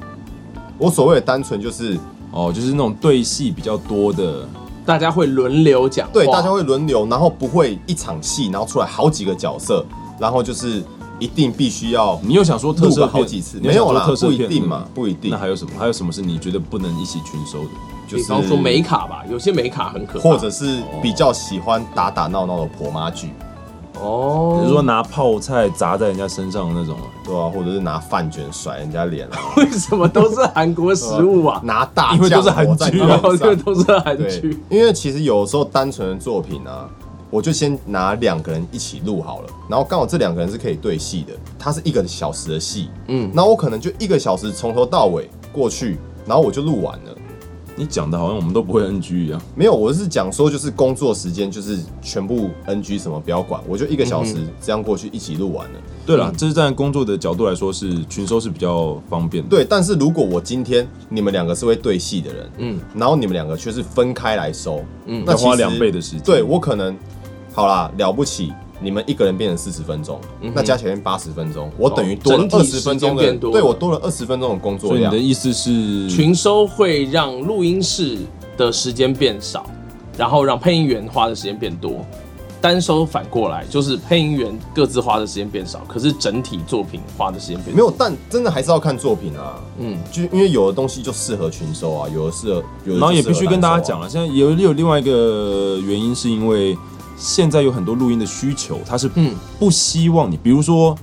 S4: 我所谓的单纯就是
S5: 哦，就是那种对戏比较多的，
S3: 大家会轮流讲话，
S4: 对大家会轮流，然后不会一场戏然后出来好几个角色，然后就是一定必须要
S5: 你又想说特
S4: 录
S5: 色
S4: 个
S5: 片
S4: 好几次，
S5: 你又
S4: 没
S5: 想
S4: 有
S5: 说
S4: 啦，
S5: 特色
S4: 不
S5: 片
S4: 一定嘛，不一定
S5: 那。还有什么？还有什么是你觉得不能一起群收的？
S4: 就
S3: 比
S4: 是
S3: 方说美卡吧，有些美卡很可怕，
S4: 或者是比较喜欢打打闹闹的婆妈剧，
S3: 哦，
S5: 比如说拿泡菜砸在人家身上的那种啊，
S4: 对啊，或者是拿饭卷甩人家脸
S3: [laughs]
S4: 啊，
S3: [laughs] 为什么都是韩国食物啊？
S4: 拿大
S5: 因为都
S4: 酱
S5: 是韩
S4: 抹
S5: [laughs]
S4: 在
S5: 剧
S4: 脸
S5: 啊
S3: 然后这个
S4: 上。
S3: [laughs] 都是韩
S4: 对
S3: 剧，，
S4: 因为其实有时候单纯的作品啊，我就先拿两个人一起录好了，然后刚好这两个人是可以对戏的，它是一个小时的戏，
S3: 嗯
S4: 那我可能就一个小时从头到尾过去，然后我就录完了。
S5: 你讲的好像我们都不会 NG 一样。
S4: 没有，我是讲说就是工作时间就是全部 NG 什么不要管，我就一个小
S5: 嗯
S4: 时这样过去一起录完了。
S5: 对了，这是站在工作的角度来说，是群收是比较方便的。
S4: 对，啊但是如果我今天你们两个是会对戏的人，
S3: 嗯
S4: 嗯，然后你们两个却是分开来收，嗯，那
S5: 要花
S4: 其实
S5: 两倍的时间
S4: 对我可能，好啦，了不起，你们一个人变成四十分钟，
S5: 嗯
S4: 那加起来八十分钟，我等于多了
S3: 整体
S4: 二十分钟
S3: 时间
S4: 的
S3: 变，多
S4: 对我多了二十分钟的工作
S5: 所以你
S4: 量
S5: 的。意思是，
S3: 群收会让录音室的时间变少，然后让配音员花的时间变多。单收反过来就是配音员各自花的时间变少，可是整体作品花的时间变
S4: 没
S3: 多。
S4: 有，但真的还是要看作品啊。
S3: 嗯
S4: 嗯，就因为有的东西就适合群收啊，有的适合，有的就适合
S5: 然后也必须跟大家讲
S4: 单收啊
S5: 了，现在有有另外一个原因，是因为现在有很多录音的需求，它是
S3: 嗯
S5: 不希望你，比如说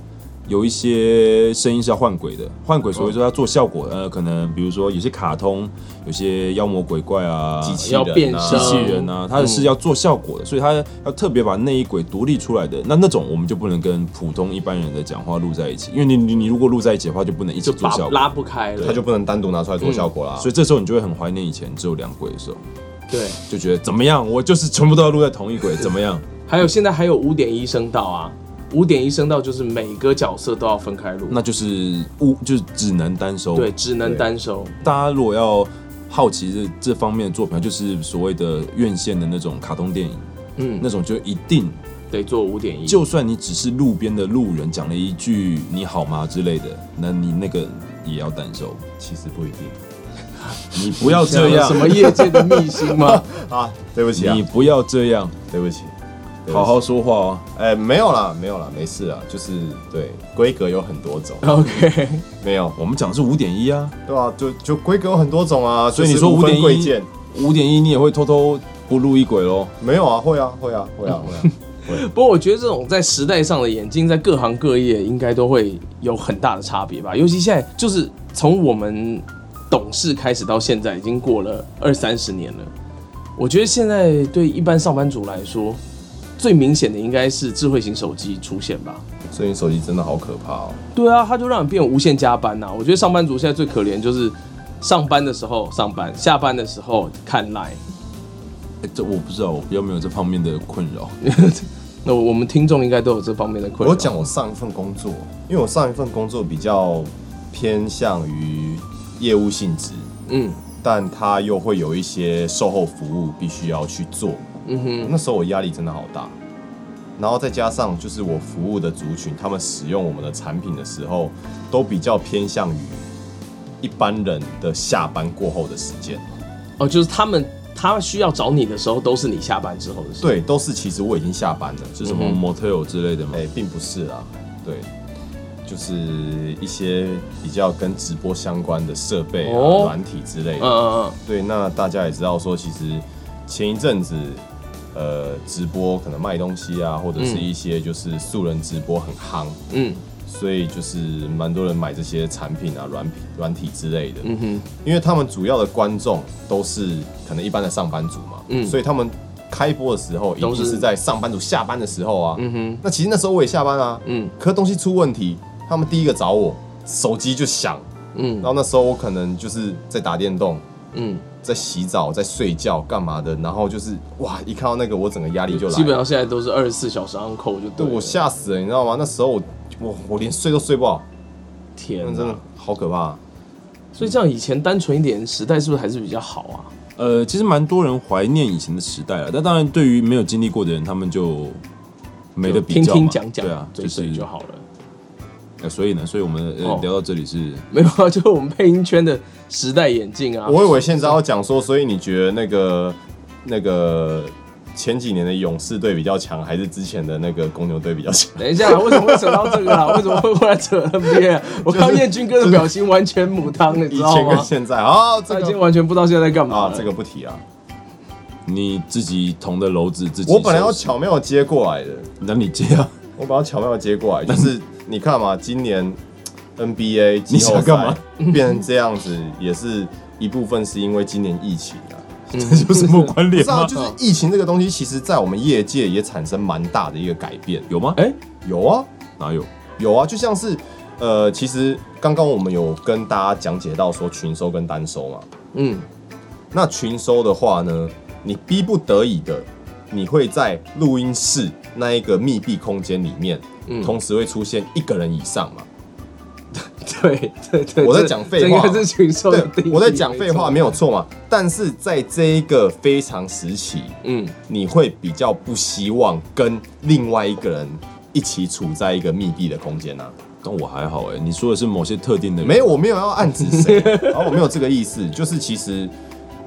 S5: 有一些声音是要换轨的，换轨，
S4: 哦
S5: 所以说要做效果，呃，可能比如说有些卡通，有些妖魔鬼怪啊，
S4: 机器
S3: 要变
S4: 人啊嗯
S5: 机
S3: 声，
S5: 器人啊，它是要做效果的，所以它要特别把那一轨独立出来的。那那种我们就不能跟普通一般人的讲话录在一起，因为你你你如果录在一起的话，就不能一起
S3: 就
S5: 做
S3: 把
S5: 效果。
S3: 拉不开了。
S4: 它就不能单独拿出来做效果啦。
S5: 所以这时候你就会很怀念以前只有两轨的时候，
S3: 对，
S5: 就觉得怎么样，我就是全部都要录在同一
S4: [laughs]
S5: 轨，怎么样？
S3: 还有现在还有五点一声道啊，五点一声道就是每个角色都要分开录，
S5: 那就是不就是只能单收。
S3: 对，，只能单收。
S5: 大家如果要好奇这这方面的作品，就是所谓的院线的那种卡通电影，
S3: 嗯，
S5: 那种就一定
S3: 得做五点一，
S5: 就算你只是路边的路人讲了一句“你好吗”之类的，那你那个也要担受。
S4: 其实不一定
S5: [laughs] 你不要
S4: [laughs]
S5: 这样
S3: 什，么业界的秘辛
S5: [laughs]
S3: 吗？
S4: 啊，对不起啊
S5: 你，不要这样，
S4: 对不起，对不起
S5: 好好说话哦。
S4: 哎、没有啦，没有啦，没事啊，就是对规格有很多种，
S3: OK，
S4: 没有，
S5: 我们讲的是五点一啊，
S4: 对啊，就就规格有很多种啊，
S5: 所以你
S4: 就是
S5: 说
S4: 无
S5: 五
S4: 分
S5: 点
S4: 贵贱
S5: 一，五点一你也会偷偷不录一轨喽？
S4: 没有啊，会啊，会啊，会啊，会啊，
S3: 不过我觉得这种在时代上的演进，在各行各业应该都会有很大的差别吧。尤其现在，就是从我们懂事开始到现在，已经过了二三十年了。我觉得现在对一般上班族来说，最明显的应该是智慧型手机出现吧。
S4: [laughs] 所以你手机真的好可怕哦，
S3: 对啊，它就让你变无限加班啊呐、我觉得上班族现在最可怜就是上班的时候上班，下班的时候看 Line。
S5: 哎这我不知道，我比较没有这方面的困扰。
S3: [laughs] 那我们听众应该都有这方面的困
S4: 我
S3: 扰。
S4: 讲我上一份工作，因为我上一份工作比较偏向于业务性质，
S3: 嗯
S4: 但它又会有一些售后服务必须要去做，
S3: 嗯哼，
S4: 那时候我压力真的好大，然后再加上就是我服务的族群，他们使用我们的产品的时候，都比较偏向于一般人的下班过后的时间。
S3: 哦，就是他们他需要找你的时候，都是你下班之后的事。，
S4: 对，都是其实我已经下班了，就是
S5: 什么
S3: 嗯
S5: motel 之类的吗
S4: 哎、？并不是啦，对，就是一些比较跟直播相关的设备、啊、
S3: 哦
S4: 软、体之类的。
S3: 嗯嗯
S4: 对，那大家也知道说，其实前一阵子，呃，直播可能卖东西啊，或者是一些就是素人直播很夯，
S3: 嗯
S4: 所以就是蛮多人买这些产品啊、软品、软体之类的。
S3: 嗯嗯
S4: 因为他们主要的观众都是可能一般的上班族嘛，
S3: 嗯
S4: 所以他们开播的时候一
S3: 都
S4: 定
S3: 是
S4: 是在上班族下班的时候啊。
S3: 哼嗯
S4: 那其实那时候我也下班啊，
S3: 嗯
S4: 可东西出问题，他们第一个找我，手机就响，
S3: 嗯
S4: 然后那时候我可能就是在打电动，
S3: 嗯
S4: 在洗澡，在睡觉，干嘛的？然后就是哇，一看到那个，我整个压力就来
S3: 嗯，
S4: 了。
S3: 基本上现在都是二十四小时 on call 就
S4: 对
S3: 了
S4: 我吓死了，你知道吗？那时候我我我连睡都睡不好，
S3: 天
S4: 那
S3: 哪
S4: 嗯真的好可怕。
S3: 所以这样以前单纯一点，时代是不是还是比较好啊？
S5: 呃，其实蛮多人怀念以前的时代啊了，但当然，对于没有经历过的人，他们就没得比
S3: 听
S5: 较嘛
S3: 听讲讲，
S5: 对啊，
S3: 对
S5: 就是
S3: 对就好了。
S5: 呃所以呢，所以我们呃、
S3: 哦
S5: 聊到这里是
S3: 没有啊，就是我们配音圈的时代演进啊。
S4: 我以为现在要讲说，所以你觉得那个那个前几年的勇士队比较强，还是之前的那个公牛队比较强？
S3: 等一下，啊为什么会扯到这个啊？为什么会忽然扯到 NBA？、啊、我看到彦军哥的表情完全母汤，你
S4: 以
S3: 知道
S4: 前跟
S3: 吗？
S4: 现在啊，
S3: 他
S4: 这
S3: 已经
S4: 个
S3: 完全不知道现在在干嘛
S4: 啊
S3: 了。，
S4: 这个不提啊。
S5: 你自己捅的篓子自己。
S4: 我本来要，巧妙接过来的，
S5: 那你接啊？
S4: 我把它巧妙接过来，
S3: [laughs]
S4: 就是你看嘛，今年 NBA 季后
S5: 你想干
S3: [laughs]
S5: 嘛
S4: 赛 [laughs] 变成这样子，也是一部分是因为今年疫情啊。
S3: 嗯
S5: [laughs] 这有什么关
S4: 不
S5: 联
S4: 知道，
S5: 吗？
S4: 就是疫情这个东西，其实在我们业界也产生蛮大的一个改变。
S5: 有吗？
S3: 哎、
S4: 有啊，
S5: 哪有？
S4: 有啊，就像是呃，其实刚刚我们有跟大家讲解到说群收跟单收嘛，
S3: 嗯，
S4: 那群收的话呢，你逼不得已的，你会在录音室那一个密闭空间里面，
S3: 嗯
S4: 同时会出现一个人以上嘛？
S3: [laughs] 对对对，
S4: 我在
S3: 这
S4: 讲废话
S3: 这应该是群兽的定
S4: 对，
S3: 义。
S4: 我在讲废话没
S3: 有？
S4: 有错嘛。但是在这一个非常时期，
S3: 嗯，
S4: 你会比较不希望跟另外一个人一起处在一个密闭的空间啊。
S5: 但我还好哎、你说的是某些特定的人，
S4: 没有，我没有要暗指谁， [laughs] 然后我没有这个意思，就是其实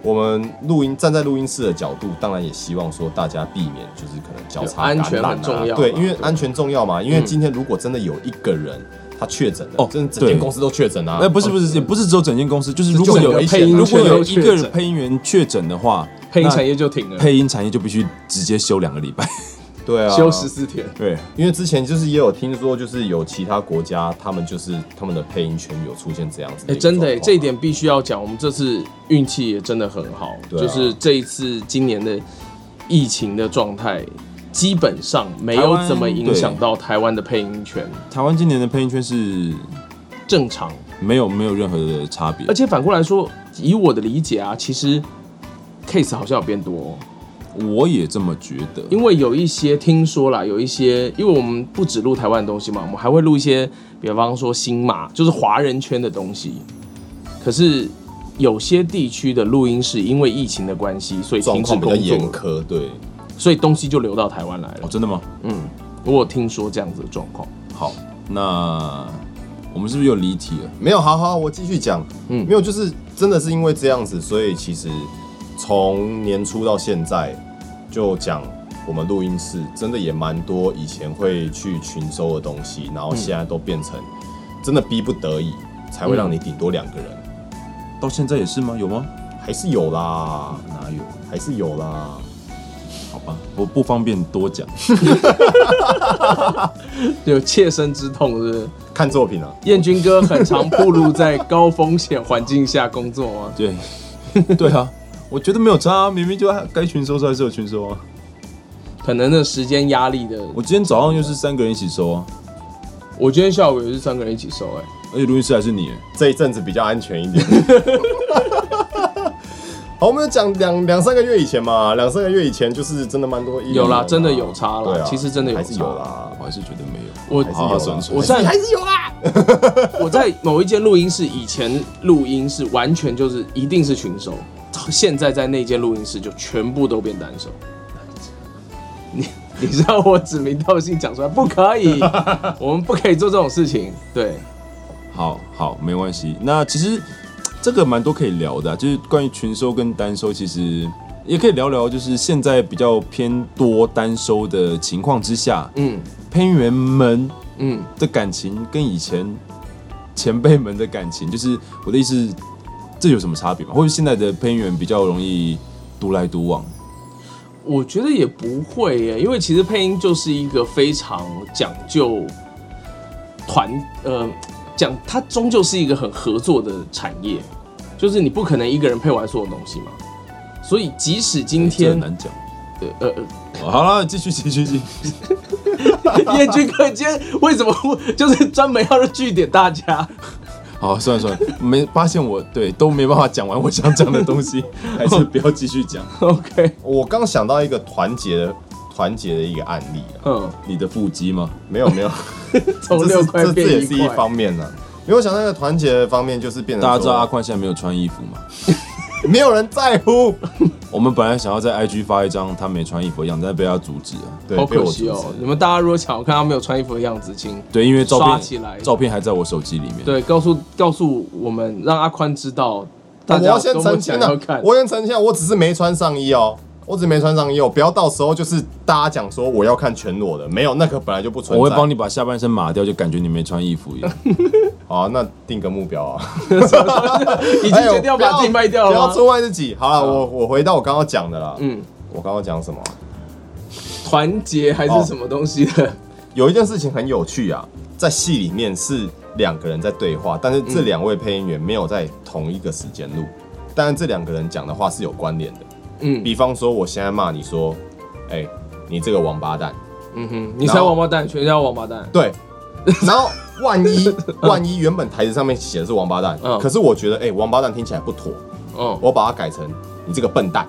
S4: 我们录音站在录音室的角度，当然也希望说大家避免就是可能交叉
S3: 对安
S4: 感
S3: 全
S4: 染
S3: 很重
S4: 啊
S3: 要，
S4: 对，
S3: 嘛
S4: 因为
S3: 对
S4: 安全重要嘛，因为
S3: 嗯
S4: 今天如果真的有一个人他确诊了，
S5: 哦
S4: 真的整间
S5: 对
S4: 公司都确诊啊，
S5: 哎，不是
S3: 哦
S5: 不是，也不是只有整间公司，就是如
S4: 就
S5: 果
S4: 很
S5: 有
S4: 危
S5: 配
S4: 险
S5: 音，
S4: 啊
S5: 如果有
S3: 确
S5: 一
S3: 诊
S5: 个人配音员确诊的话，
S3: 配音
S5: 那
S3: 产业就停了，
S5: 配音产业就必须直接休两个礼拜。 [laughs]
S4: 对啊，
S3: 休十四天。
S5: 对，
S4: 因为之前就是也有听说，就是有其他国家他们就是他们的配音圈有出现这样子
S3: 哎、
S4: 的一个状
S3: 真
S4: 况啊，
S3: 的、欸，这一点必须要讲。我们这次运气也真的很好，
S4: 对啊
S3: 就是这一次今年的疫情的状态，基本上没有怎么影响到台湾的配音圈，
S5: 台湾今年的配音圈是
S3: 正常。
S5: 没有没有任何的差别
S3: 而，且反过来说，以我的理解啊，其实 case 好像有变多哦、
S5: 我
S4: 啊
S5: 也这么觉得。
S3: 因为有一些听说啦，有一些，因为我们不只录台湾的东西嘛，我们还会录一些，比方说新马，就是华人圈的东西。可是有些地区的录音室因为疫情的关系，所以
S4: 状
S3: 停止
S4: 况比较严
S3: 工作，
S4: 苛，对，
S3: 所以东西就流到台湾来
S5: 哦，
S3: 了。
S5: 真的吗？
S3: 嗯，我有听说这样子的状况。
S5: 好，那我们是不是又离题了？
S4: 没有，好好，我继续讲。
S3: 嗯
S4: 嗯，没有，就是真的是因为这样子，所以其实从年初到现在，就讲我们录音室真的也蛮多以前会去群收的东西，然后现在都变成真的逼不得已才会让你顶多两个人，
S5: 到现在也是吗？有吗？
S4: 还是有啦，
S5: 哪有？
S4: 还是有啦。
S5: 好吧，我不方便多讲。
S3: 有切身之痛是不是？
S4: 看作品啊，
S3: 燕军哥很常暴露在高风险环境下工作吗？
S5: 对， [laughs] 对啊，我觉得没有差、啊，明明就该群收时候还是有群收啊。
S3: 可能那时间压力的，
S5: 我今天早上又是三个人一起收啊，
S3: 我今天下午也是三个人一起收、哎，
S5: 而且录音室还是你，
S4: 这一阵子比较安全一点。 [laughs] 好，我们就讲两两三个月以前嘛，两三个月以前就是真的蛮多艺人啊、
S3: 有啦真的有差啦
S4: 对啊，
S3: 其实真的有
S4: 还是
S3: 差
S4: 有啦，
S5: 啊我还是觉得没有。
S3: 我
S4: 还是
S5: 好好
S4: 有
S5: 算
S4: 啦
S5: 出来
S3: 我在
S4: 还是有啦。
S3: [laughs] 我在某一间录音室以前录音室完全就是一定是群收，现在在那间录音室就全部都变单手。你你知道我指名道姓讲出来不可 [laughs] 以，我们不可以做这种事情。对，
S5: 好好，没关系。那其实这个蛮多可以聊的啊、就是关于群收跟单收，其实也可以聊聊，就是现在比较偏多单收的情况之下，
S3: 嗯
S5: 配音员们
S3: 嗯，
S5: 的感情跟以前前辈们的感情，就是我的意思，这有什么差别吗？或者现在的配音员比较容易独来独往？
S3: 我觉得也不会耶，因为其实配音就是一个非常讲究团，呃，讲它终究是一个很合作的产业，就是你不可能一个人配完所有东西嘛。所以即使今
S5: 这
S3: 天
S5: 很，难讲。
S4: 哎
S3: 呃呃，
S5: 哦好了，继续继续继续。
S3: 呃 [laughs] 燕君哥今天为什么 [laughs] 会就是专门要据点大家？ [laughs]
S5: 好，算了算了，没发现我对都没办法讲完我想讲的
S3: [laughs]
S5: 东西，还是不要继续讲。
S3: OK，
S4: 我刚想到一个团结的团结的一个案例啊，
S3: 嗯，
S5: 你的腹肌吗？
S4: 没有没有，
S3: [laughs] 从
S4: 这
S3: 六
S4: 是
S3: 块
S4: 这这也
S3: 变
S4: 是
S3: 一
S4: 一
S3: 块，
S4: 方面呢、啊。因为我想那个团结的方面就是变成
S5: 大家知道阿
S4: 说
S5: 宽现在没有穿衣服吗？
S4: 没有人在乎，
S5: 我们本来想要在 IG 发一张他没穿衣服的样子，但被他阻止啊了。
S4: 对，
S3: 好
S4: 被
S3: 可
S4: 我
S3: 惜
S4: 阻
S3: 哦
S4: 止。
S3: 你们大家如果想要看他没有穿衣服的样子，请
S5: 对，因为照
S3: 刷
S5: 片
S3: 起来
S5: 照片还在我手机里面。，
S3: 对，告诉告诉我们，让阿宽知道大
S4: 我
S3: 家
S4: 要先
S3: 多么
S4: 澄
S3: 想
S4: 清
S3: 要
S4: 啊
S3: 看，。
S4: 我先澄清啊，我只是没穿上衣哦，我只是没穿上衣哦，不要到时候就是大家讲说我要看全裸的，没有那个本来就不存在。
S5: 我会帮
S4: 你
S5: 你把下半身码掉，就感觉你没穿衣服
S4: [laughs]
S5: 一样。
S4: 好、啊，那定个目标啊。
S3: [laughs] 已
S4: 已
S3: 经哎决定要把自己卖掉
S4: 不要
S3: 了吗？
S4: 出卖自己。好了，我我回到我刚刚讲的啦。
S3: 嗯，
S4: 我刚刚讲什么啊？
S3: 团结还是什么东西的？
S4: 有一件事情很有趣啊，在戏里面是两个人在对话，但是这两位配音员没有在同一个时间录，但是这两个人讲的话是有关联的。
S3: 嗯
S4: 比方说，我现在骂你说，哎、你这个王八蛋，
S3: 嗯哼，你才王八蛋，全家王八蛋。
S4: 对，然后
S5: 嗯
S4: 万一万一原本台词上面写的是王八蛋，
S3: 嗯
S4: 可是我觉得哎、王八蛋听起来不妥，
S3: 嗯
S4: 我把它改成你这个笨
S5: [laughs]
S4: 蛋。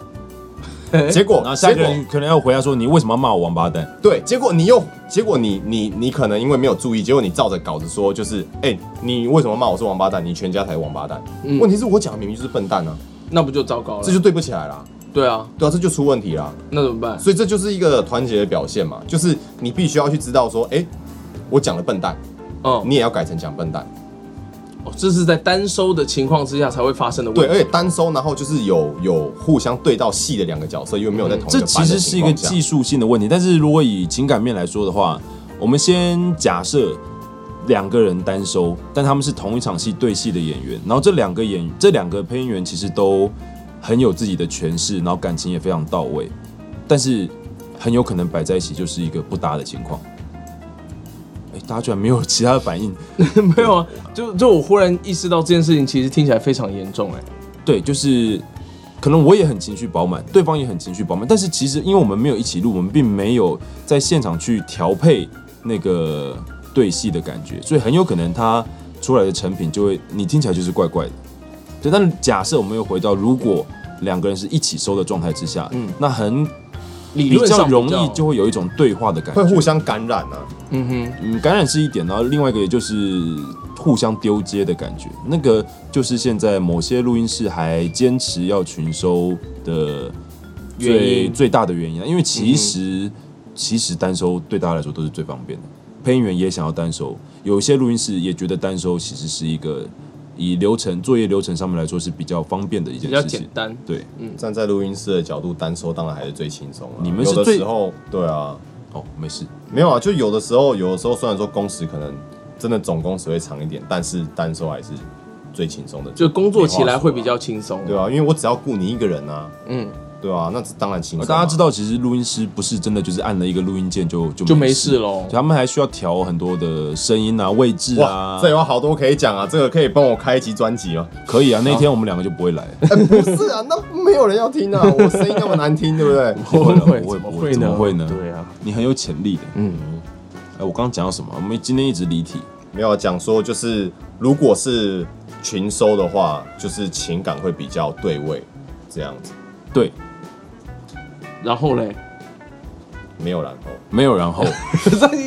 S4: 结果
S5: 然后，下
S4: 哦结
S5: 一个
S4: 果，
S5: 人可能要回答说：“你为什么要骂我王八蛋
S4: 对，结果你又，结果你你你可能因为没有注意，结果你照着稿子说，就是，哎、你为什么骂我是王八蛋？你全家才是王八蛋。
S3: 嗯
S4: 问题是我讲的明明就是笨蛋啊，
S3: 那不就糟糕了？
S4: 这就对不起来啦，
S3: 对啊，
S4: 对啊，这就出问题啦。
S3: 那怎么办？
S4: 所以这就是一个团结的表现嘛，就是你必须要去知道说，哎、我讲了笨蛋，
S3: 嗯，
S4: 你也要改成讲笨蛋。
S3: 哦这是在单收的情况之下才会发生的
S4: 对，
S3: 问
S4: 而
S3: 题。
S4: 且单收，然后就是有有互相对到戏的两个角色，因为没有在？”同一
S5: 这
S4: 个
S5: 其
S4: 班的
S5: 实是
S4: 情
S5: 一个
S4: 况下。
S5: 技术性的问题，但是如果以情感面来说的话，我们先假设两个人单收，但他们是同一场戏对戏的演员，然后这两个演这两个配音员其实都很有自己的诠释，然后感情也非常到位，但是很有可能摆在一起就是一个不搭的情况。哎，大家居然没有其他的反应，
S3: 没有啊，就就我忽然意识到这件事情其实听起来非常严重哎、
S5: 对，就是可能我也很情绪饱满，对方也很情绪饱满，但是其实因为我们没有一起录，我们并没有在现场去调配那个对戏的感觉，所以很有可能他出来的成品就会你听起来就是怪怪的。对，但是假设我们又回到，如果两个人是一起收的状态之下，嗯，那很
S3: 理
S5: 比
S3: 论
S5: 较
S3: 上
S5: 容
S3: 比较
S5: 易就会有一种对话的感
S4: 会
S5: 觉，
S4: 互相感染啊，
S3: 嗯哼，
S5: 嗯，感染是一点，然后另外一个也就是互相丢接的感觉，那个就是现在某些录音室还坚持要群收的
S3: 原
S5: 最
S3: 因嗯
S5: 最大的原因啊，因为其实、其实单收对大家来说都是最方便的，配音员也想要单收，有一些录音室也觉得单收其实是一个以流程作业流程上面来说是比较方便的一件
S3: 比较
S5: 事情
S3: 简，单。嗯
S5: 对，
S4: 站在录音室的角度，单收当然还是最轻松啊。
S5: 你们是
S4: 有的
S5: 最
S4: 时候，对啊，
S5: 哦，没事，
S4: 没有啊，就有的时候，有的时候虽然说工时可能真的总工时会长一点，但是单收还是最轻松的，
S3: 就工作起来会比
S4: 没话
S3: 较轻松。
S4: 说啊对啊，因为我只要顾你一个人啊，
S3: 嗯，
S4: 对啊，那当然轻松啊、
S5: 大家知道其实录音师不是真的就是按了一个录音键就就
S3: 就
S5: 没
S3: 没事喽。
S5: 他们还需要调很多的声音啊、位置
S4: 哇
S5: 啊，，
S4: 这有好多可以讲啊，这个可以帮我开一集专辑哦。
S5: 可以啊。那天我们两个就不会来，
S4: 不是啊，那没有人要听啊，我声音那么难听，对不
S5: [laughs]
S4: 对？
S5: 不
S3: [laughs] 会 [laughs] 不会
S5: 会了
S3: 啊怎
S5: 不会
S3: 么
S5: 不
S3: 会
S5: 会怎么
S3: 呢
S5: 会呢？
S3: 对啊，
S5: 你很有潜力的。嗯，哎，我刚刚讲到什么？我们今天一直离题。
S4: 没有啊讲说就是如果是群收的话，就是情感会比较对位，这样子
S5: 对，
S3: 然后嘞，
S4: 没有然哦后。
S5: 没
S3: [laughs]
S5: 有然后，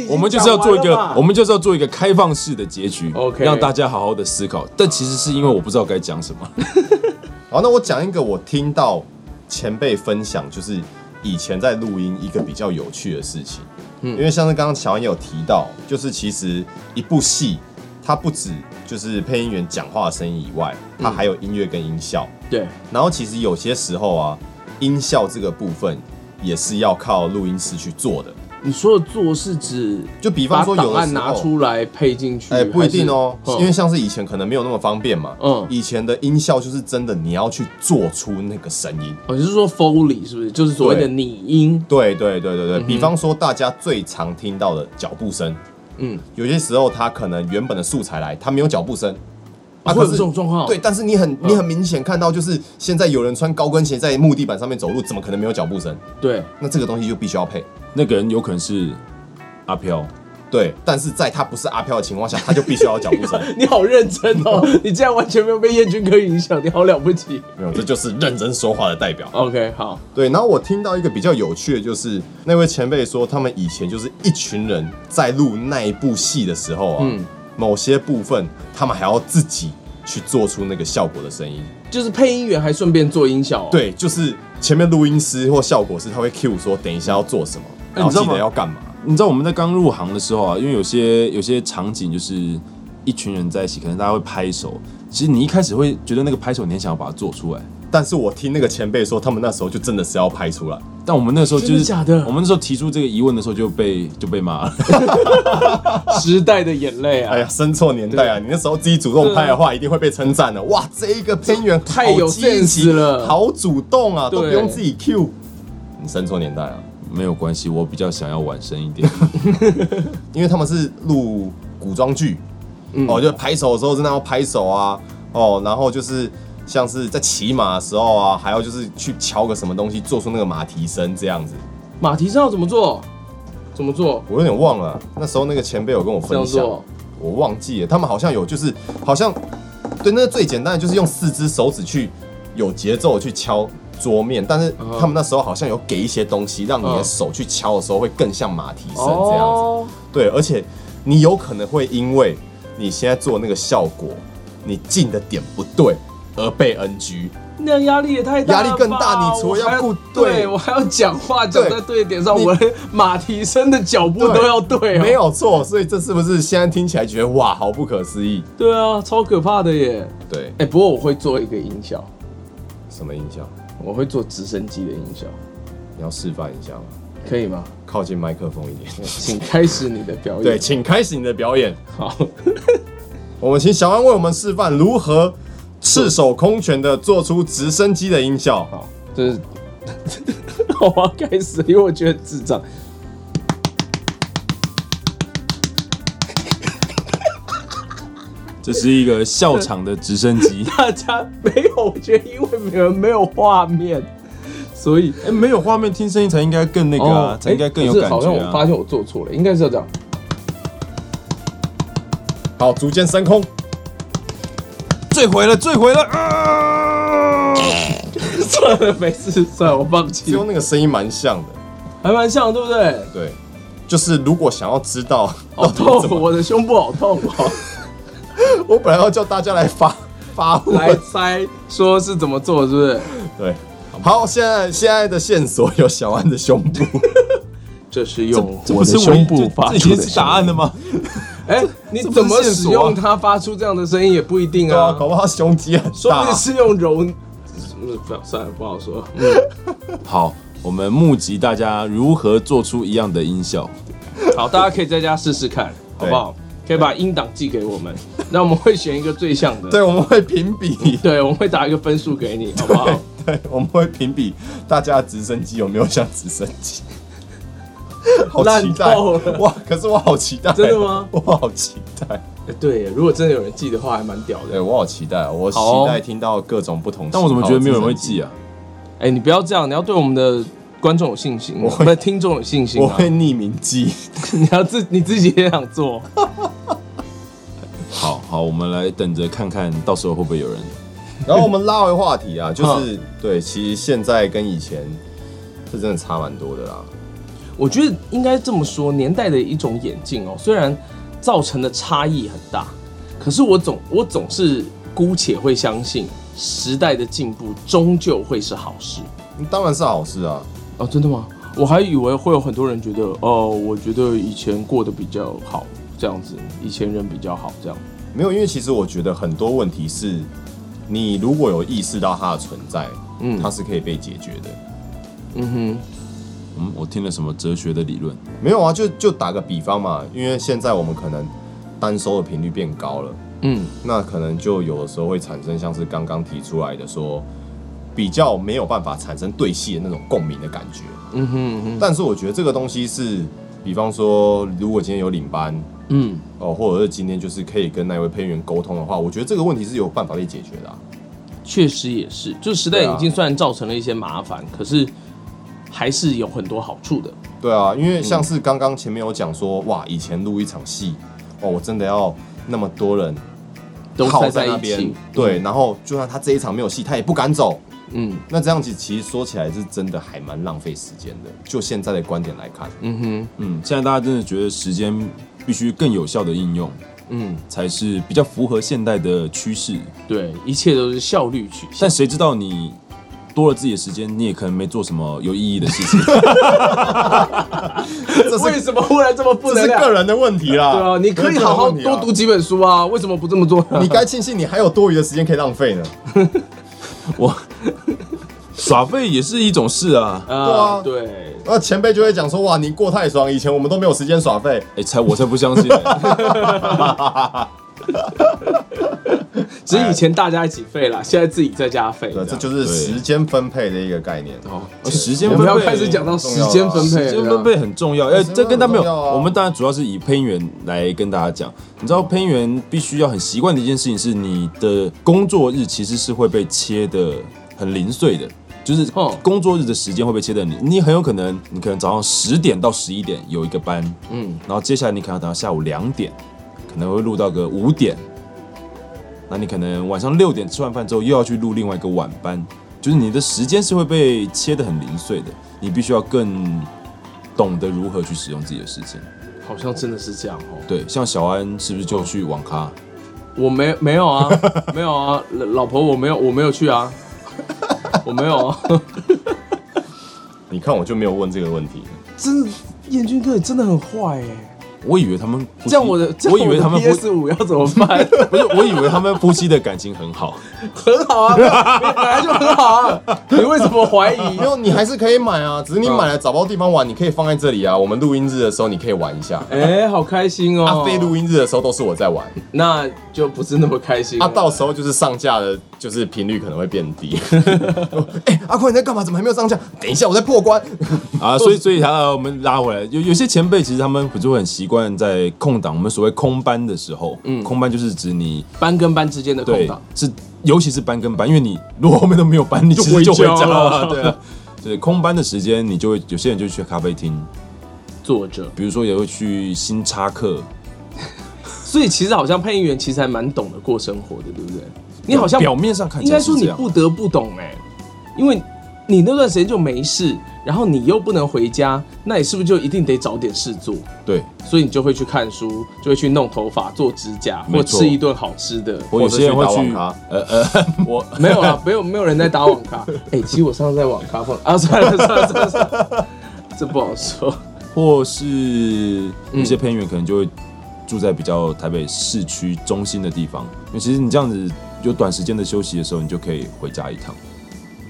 S5: 我们就是要做一个，我们就是要做一个开放式的结局
S3: OK
S5: 让大家好好的思考。但其实是因为我不知道该讲什么。 [laughs]
S4: 好，那我讲一个我听到前辈分享，就是以前在录音一个比较有趣的事情。因为像是刚刚乔安也有提到，就是其实一部戏，它不止就是配音员讲话的声音以外，它还有音乐跟音效。
S3: 对，
S4: 然后其实有些时候啊，音效这个部分也是要靠录音师去做的。
S3: 你说的做是指
S4: 就比方
S3: 把
S4: 说，有
S3: 档
S4: 的
S3: 案
S4: 时
S3: 拿
S4: 候，
S3: 出来配进去，
S4: 哎、不一定哦、
S3: 还是
S4: 因为
S3: 嗯
S4: 像是以前可能没有那么方便嘛。
S3: 嗯
S4: 以前的音效就是真的，你要去做出那个声音。
S3: 哦，你是说 Foley 是不是？就是所谓的
S4: 对
S3: 拟音，
S4: 对对对对对，比方说大家最常听到的脚步声，
S3: 嗯，
S4: 有些时候它可能原本的素材来，它没有脚步声，
S3: 啊，
S4: 啊
S3: 会
S4: 可
S3: 有这
S4: 是
S3: 种状况哦，
S4: 对，但是你很你很明显看到，就是现在有人穿高跟鞋在木地板上面走路，怎么可能没有脚步声？
S3: 对， [laughs]
S4: 那这个东西就必须要配。
S5: 那个人有可能是阿飘，
S4: 对，但是在他不是阿飘的情况下，他就必须要有脚
S3: [laughs]
S4: 步声。
S3: 你好认真哦，
S4: [laughs]
S3: 你竟然完全没有被燕军哥影响，你好了不起。
S4: 没有，这就是认真说话的代表。
S3: OK，好，
S4: 对，然后我听到一个比较有趣的，就是那位前辈说，他们以前就是一群人在录那一部戏的时候啊，
S3: 嗯
S4: 某些部分他们还要自己去做出那个效果的声音。
S3: 就是配音员还顺便做音效、哦，，
S4: 对，就是前面录音师或效果师他会 cue 说，等一下要做什么，
S3: 哎
S4: 然后
S5: 你知道
S4: 记
S5: 吗
S4: 得要干嘛。
S5: 你知道我们在刚入行的时候啊，因为有些有些场景就是一群人在一起，可能大家会拍手。其实你一开始会觉得那个拍手，你很想要把它做出来，
S4: 但是我听那个前辈说，他们那时候就真的是要拍出来。
S5: 但我们那时候就
S3: 真的
S5: 是
S3: 假的
S5: 我们那时候提出这个疑问的时候就被就被骂了。
S3: 时代的眼泪啊，
S4: 哎呀，生错年代啊！你那时候自己主动拍的话，一定会被称赞的。哇，这一个配音员
S3: 太有
S4: 好积极
S3: sense 了
S4: 好主动啊，都不
S3: 对
S4: 用自己 Q。你生错年代啊，
S5: 没有关系，我比较想要完胜一 [laughs] 点。
S4: 因为他们是录古装剧，
S3: 嗯
S4: 哦，就拍手的时候真的要拍手啊，哦，然后就是像是在骑马的时候啊，还要就是去敲个什么东西，做出那个马蹄声这样子。
S3: 马蹄声要怎么做？怎么做？
S4: 我有点忘了，那时候那个前辈有跟我
S3: 这样
S4: 分享，
S3: 做，
S4: 我忘记了，他们好像有就是好像对，那最简单的就是用四只手指去有节奏地去敲桌面，但是他们那时候好像有给一些东西，让你的
S3: 嗯哦
S4: 手去敲的时候会更像马蹄声这样子。，对，而且你有可能会因为你现在做那个效果，你进的点不对而被 NG。
S3: 那样压力也太大了吧，
S4: 压力更大你除了
S3: 我还
S4: 要顾
S3: 对
S4: 对
S3: 我还要讲话讲
S4: 对
S3: 在对的点上，
S4: 你
S3: 我连马蹄声的脚步
S4: 对
S3: 都要对、哦，
S4: 没，有错，所以这是不是现在听起来觉得哇，好不可思议？
S3: 对啊，超可怕的耶！
S4: 对，
S3: 哎、不过我会做一个音效，
S4: 什么音效？
S3: 我会做直升机的音效，
S4: 你要示范一下吗？
S3: 可以吗？
S4: 靠近麦克风
S3: [laughs]
S4: 一点。
S3: 请开始你的表演。
S4: 对，，请开始你的表演。
S3: 好，
S4: 我们请小安为我们示范如何赤手空拳的做出直升机的音效。
S3: 好，就是 [laughs] 我要开始，因为我觉得智障。。
S5: 这是一个笑场的直升 [laughs] 机
S3: 大家没有，我觉得因为没有没有画面，所以哦哎
S5: 哎、没有画面听声音才应该更那个啊，才应该更有
S3: 可是
S5: 感
S3: 好像
S5: 觉
S3: 我发
S5: 啊。
S3: 现我做错了，应该是要这样。
S4: 好，逐渐升空。
S5: 坠毁了，坠毁了！啊！
S3: [laughs] 算了，没事，算了，我放
S4: 其
S3: 弃
S4: 中。那个声音蛮像的，
S3: 还蛮像，对不对？
S4: 对，就是如果想要知道到
S3: 好
S4: 底怎
S3: 痛，
S4: 么，
S3: 哦我的胸部好 [laughs] 痛哦。
S4: 我本来要叫大家来发发
S3: 来
S4: 问，
S3: 猜说是怎么做，是不是？
S4: 对。好，现在现在的线索有小安的胸
S5: [laughs]
S4: 部，
S3: 这是用
S5: 这
S3: 我
S5: 不
S3: 的
S5: 是唯
S3: 胸
S5: 一
S3: 部
S5: 这
S3: 发
S5: 这已
S3: 出
S5: 经
S3: 的
S5: 是
S3: 声
S5: 答
S3: 音。
S5: 案了吗？
S3: 哎，你怎么
S5: 这不是
S3: 使
S5: 线索啊
S3: 用它发出这样的声音也不一定
S4: 对啊，
S3: 啊，
S4: 搞不好胸肌很
S3: 说不
S4: 大
S3: 定。是用柔。嗯，不要算了，不好 [laughs] 说。嗯
S5: 好，我们募集大家如何做出一样的音效。
S3: 好，大家可以在家试试看，好不好？可以把音档寄给我们，那我们会选一个最像的。
S4: 对，我们会评比， [laughs]
S3: 对，我们会打一个分数给你，好不 [laughs] 好？
S4: 对，我们会评比大家的直升机有没有像直升机。
S5: [laughs]
S4: 好期
S3: 烂
S4: 待
S3: 透了
S4: 哇！可是我好期待哦，
S3: 真的吗
S4: [laughs] 我好期待，
S3: 哎对耶，如果真的有人寄的话，还蛮屌的
S4: 对。我好期待哦，我
S3: 好哦
S4: 期待听到各种不同。
S5: 但我怎么觉得没有人会记？啊？
S3: 哎、你不要这样，你要对我们的观众有信心，啊
S4: 我会
S3: 不是听众有信心
S4: 我
S3: 啊！
S4: 会匿名记。
S3: [laughs] 你要自你自己也想做，
S5: 好好，我们来等着看看，到时候会不会有人？
S4: [laughs] 然后我们拉回话题啊，就是对，其实现在跟以前这真的差蛮多的啦。
S3: 我觉得应该这么说，年代的一种演进哦，虽然造成的差异很大，可是我总我总是姑且会相信，时代的进步终究会是好事
S4: 当然是好事啊，
S3: 哦，真的吗？我还以为会有很多人觉得，哦，我觉得以前过得比较好，这样子，以前人比较好，这样。
S4: 没有，因为其实我觉得很多问题是，你如果有意识到它的存在，
S3: 嗯
S4: 嗯，它是可以被解决的。
S3: 嗯
S5: 嗯，我听了什么哲学的理论？
S4: 没有啊，就就打个比方嘛，因为现在我们可能单收的频率变高了，
S3: 哼，嗯，
S4: 那可能就有的时候会产生像是刚刚提出来的说，比较没有办法产生对戏的那种共鸣的感觉。
S3: 嗯哼，嗯哼，
S4: 但是我觉得这个东西是，比方说，如果今天有领班
S3: 嗯。
S4: 哦，或者是今天就是可以跟那位配音员沟通的话，我觉得这个问题是有办法被解决的、啊。
S3: 确实也是，就时代
S4: 对啊
S3: 眼镜虽然造成了一些麻烦，可是还是有很多好处的。
S4: 对啊，因为像是刚刚前面有讲说，哇，以前录一场戏，哇，我真的要那么多人
S3: 都塞
S4: 耗
S3: 在嗯
S4: 那
S3: 一
S4: 边
S3: 起，，
S4: 对，然后就算他这一场没有戏，他也不敢走。
S3: 嗯
S4: 那这样子其实说起来是真的还蛮浪费时间的，就现在的观点来看，
S3: 嗯哼，
S5: 嗯，现在大家真的觉得时间必须更有效的应用，
S3: 嗯，
S5: 才是比较符合现代的趋势。
S3: 对，一切都是效率取向
S5: 但。谁知道你多了自己的时间，你也可能没做什么有意义的事情。
S4: 这
S3: 为
S4: 是
S3: 什么忽然这么不
S4: 这
S3: 能
S4: 是
S3: 量？
S4: 个人的问题啦。
S3: 对啊，你可以好好多读
S4: 这是个人的问题
S3: 几本书啊，为什么不这么做
S4: 啊。
S3: 呢？
S4: 你该庆幸你还有多余的时间可以浪费呢。
S5: 我耍废也是一种事啊。
S3: 啊，
S4: 对啊
S3: [laughs] 对，
S4: 那前辈就会讲说，哇，你过太爽，以前我们都没有时间耍废。
S5: 哎、才我才不相信呢、
S3: 只是以前大家一起废啦，现在自己在家废。
S4: 对，这就是是时间分配的一个概念。
S3: 哦，
S5: [laughs] 时间
S3: 我
S5: 分
S3: 们
S5: 配
S3: 要开始讲到啊时间分配了，
S5: 时间分配很重要，哎、
S4: 时间分配
S5: 这跟他没
S4: 很
S5: 有，
S4: 重要啊
S5: 我们当然主要是以配音员来跟大家讲。你知道配音员必须要很习惯的一件事情是，你的工作日其实是会被切的很零碎的，就是
S3: 哦
S5: 工作日的时间会被切的，你你很有可能，你可能早上十点到十一点有一个班，
S3: 嗯
S5: 然后接下来你可能要等到下午两点，可能会录到个五点。那你可能晚上六点吃完饭之后又要去录另外一个晚班，就是你的时间是会被切得很零碎的，你必须要更懂得如何去使用自己的时间。
S3: 好像真的是这样哦。
S5: 对，像小安是不是就去网咖？
S3: 我没没有啊，没有啊，老老婆我没有我没有去啊，我没有啊。
S4: 你看我就没有问这个问题，
S3: 真的彦军哥你真的很坏哎、
S5: 我以为他们夫妻
S3: 这样我的，这样
S5: 我以为他们夫
S3: PS 五要怎么办？ [laughs]
S5: 不是，我以为他们夫妻的感情很好。
S3: 很好啊，没有本来就很好啊，你为什么怀
S5: [laughs]
S3: 疑
S4: 没？有你还是可以买啊，只是你买了找不到地方玩，你可以放在这里啊。我们录音日的时候你可以玩一下。
S3: 哎、好开心哦！
S4: 阿飞录音日的时候都是我在玩，
S3: 那就不是那么开心了
S4: 啊，到时候就是上架的，就是频率可能会变低。 [laughs] 哎、阿坤你在干嘛？怎么还没有上架？等一下，我在破关。
S5: 啊，所以所以啊，我们拉回来，有有些前辈其实他们不是会很习惯在空档，我们所谓空班的时候，嗯，空班就是指你
S3: 班跟班之间的空
S5: 对
S3: 档，
S5: 是，尤其是班跟班，因为你如果后面都没有班，你其实就回
S3: 就回
S5: 家
S3: 家了
S5: 了，对啊，对，空班的时间你就会有些人就去咖啡厅，
S3: 坐着。
S5: 比如说也会去新插课，
S3: 所以其实好像配音员其实还蛮懂得过生活的，对不对？你好像
S5: 表面上看
S3: 应
S5: 起
S3: 该
S5: 来是
S3: 说
S5: 这
S3: 你
S5: 样，
S3: 不得不懂哎、因为你那段时间就没事，然后你又不能回家，那你是不是就一定得找点事做？
S5: 对，
S3: 所以你就会去看书，就会去弄头发、做指甲，
S5: 没
S3: 或
S5: 错
S3: 吃一顿好吃的。
S5: 我有些人会
S4: 或者
S5: 去
S4: 去打网咖，
S5: 呃
S3: [laughs]
S5: 呃，我
S3: 没有
S5: [laughs]
S3: 啊，没有没有人在打网咖。哎、其实我上次在网咖放啊， [laughs] 算了算了算了算了，这不好说。
S5: 或是有些配音员可能就会住在比较台北市区中心的地方，因为其实你这样子有短时间的休息的时候，你就可以回家一趟。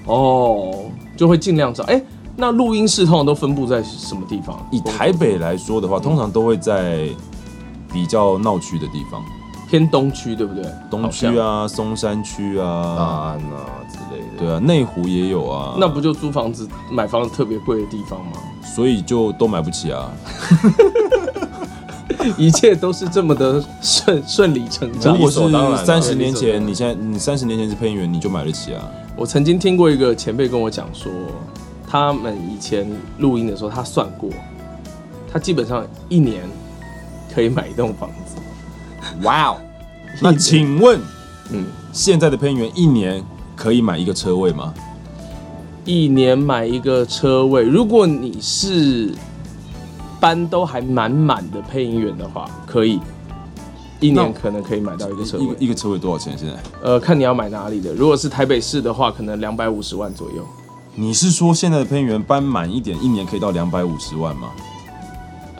S3: 哦，就会尽量找。哎、那录音室通常都分布在什么地方？
S5: 以台北来说的话，通常都会在比较闹区的地方，
S3: 偏东区，对不对？
S5: 东区啊、松山区啊，
S4: [laughs] 啊那之类的。
S5: 对啊，内湖也有啊
S3: 好像，，那不就租房子、买房子特别贵的地方吗？
S5: 所以就都买不起啊。
S3: 一切都是这么的顺顺理成章
S5: 如。果
S4: 理
S5: 是
S4: 所当然啊
S5: 三十年
S3: 理所当
S5: 前，
S3: 然
S5: 你现在你三十年前是配音员，你就买得起啊。
S3: 我曾经听过一个前辈跟我讲说，他们以前录音的时候，他算过，他基本上一年可以买一栋房子。
S4: 哇哦，
S5: 那请问，
S3: 嗯，
S5: 现在的配音员一年可以买一个车位吗？
S3: 一年买一个车位，如果你是班都还满满的配音员的话，可以一
S5: 那
S3: 年可能可以买到一个车
S5: 一
S3: 位
S5: 个。一个车位多少钱？现在？
S3: 呃，看你要买哪里的。如果是台北市的话，可能两百五十万左右，
S5: 你是说现在的配音员搬满一点，一年可以到两百五十万吗？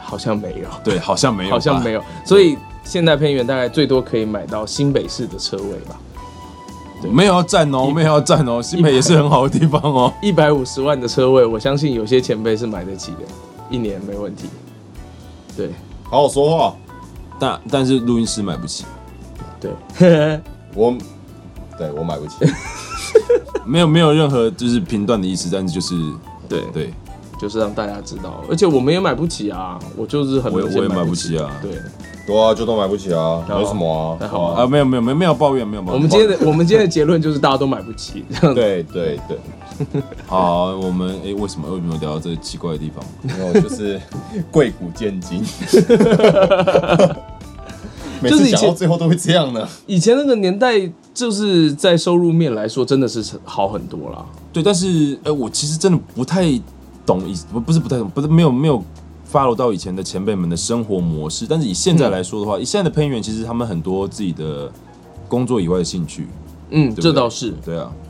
S3: 好像没有，
S5: 对，好像没有，
S3: 好像没
S5: 有。
S3: 有。所以现在配音员大概最多可以买到新北市的车位吧，
S5: 没有要站哦，没有要站哦，新北也是很好的地方哦。
S3: 一百五十万的车位，我相信有些前辈是买得起的，一年没问题。对
S4: 好好说话。
S5: 但但是录音师买不起， [laughs]
S3: 对，
S4: 我，对我买不 [laughs] 起。
S5: 没有没有任何就是评断的意思，但是就是
S3: 对
S5: 对，
S3: 就是让大家知道，而且我们也买不起啊，我就是很
S5: 我也
S3: 明显
S5: 我也买
S3: 不
S5: 不起啊
S3: 对，
S4: 对啊，就都买不起啊，没什么
S3: 那
S4: 啊。
S3: 好
S5: 啊
S3: 啊。
S5: 没有没有没有没有抱怨没有抱怨。
S3: 我们今天
S5: [laughs]
S3: 的我们今天的结论就是大家都买不起，这样子。
S4: 对对对，
S5: 好，我们诶，为什么为什么聊到这个奇怪的地方？
S4: 没有就是 [laughs] 贵古见 [laughs] 今。每
S3: 就是
S4: 次
S3: 以前
S4: 讲到最后都会这样的。
S3: 以前那个年代，就是在收入面来说，真的是好很多啦。
S5: 对，但是呃，我其实真的不太懂以不不是不太懂，不是没有没有 follow 到以前的前辈们的生活模式。但是以现
S3: 嗯
S5: 在来说的话，以现在的配音员其实他们很多自己的工作以外的兴趣，
S3: 嗯，
S5: 对不对
S3: 这倒是。
S5: 对啊。
S3: 嗯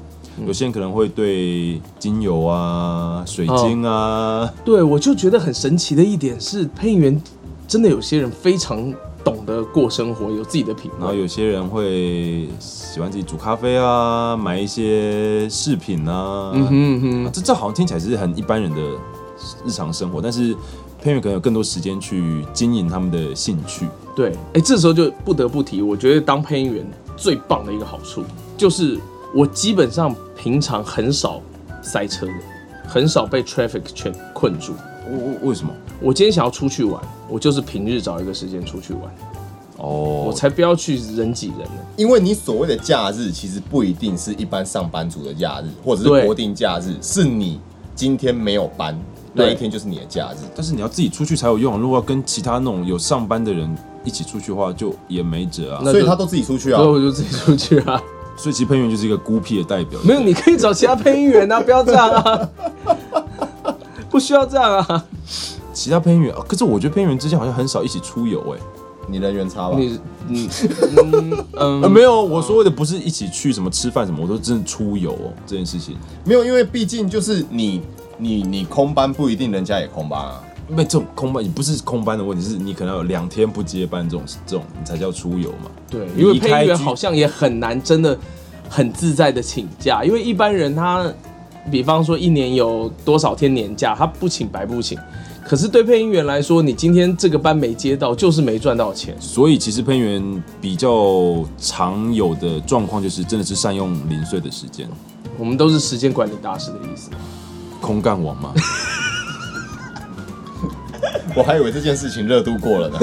S5: 有些人可能会对精油啊、水晶啊，
S3: 对，我就觉得很神奇的一点是，配音员真的有些人非常懂得过生活，有自己的品
S5: 然后
S3: 味。
S5: 有些人会喜欢自己煮咖啡啊，买一些饰品啊，
S3: 嗯哼嗯
S5: 啊
S3: 哼，
S5: 这这好像听起来是很一般人的日常生活，但是配乐可能有更多时间去经营他们的兴趣。
S3: 对，哎，这时候就不得不提，我觉得当配音员最棒的一个好处，就是我基本上平常很少塞车的，很少被 traffic 圈困住。
S5: 我我为什么？
S3: 我今天想要出去玩，我就是平日找一个时间出去玩，
S5: 哦
S3: 我，才不要去人挤人呢。
S4: 因为你所谓的假日，其实不一定是一般上班族的假日，或者是
S3: 对
S4: 国定假日，是你今天没有班，那
S3: 对
S4: 一天就是你的假日。
S5: 但是你要自己出去才有用。如果要跟其他那种有上班的人一起出去的话，就也没辙啊。
S3: 那
S4: 所以
S3: 就
S4: 他都自己出去啊
S3: 所以。我就自己出去啊。
S5: 所以其实配音员就是一个孤僻的代表。
S3: 没有，你可以找其他配音员啊，不要这样啊， [laughs] 不需要这样啊。
S5: 其他配音员，啊可是我觉得配音员之间好像很少一起出游哎、
S4: 你人缘差吧？
S3: 你你嗯嗯
S5: 啊，没有，我所谓的不是一起去什么吃饭什么，我说真的出游哦，这件事情。
S4: 没有，因为毕竟就是你你你空班不一定人家也空班
S3: [laughs]
S4: 啊。
S5: 那这种空班，你不是空班的问题，是你可能有两天不接班这种这种，你才叫出游嘛。
S3: 对，因为
S5: 离
S3: 配
S5: 开
S3: 音员
S5: 居
S3: 好像也很难真的很自在的请假，因为一般人他，比方说一年有多少天年假，他不请白不请。可是对配音员来说，你今天这个班没接到，就是没赚到钱。
S5: 所以其实配音员比较常有的状况就是，真的是善用零碎的时间，
S3: 我们都是时间管理大师的意思。
S5: 空干王
S3: [laughs]
S5: 嘛。
S4: 我还以为这件事情热度过
S3: [laughs]
S4: 了呢。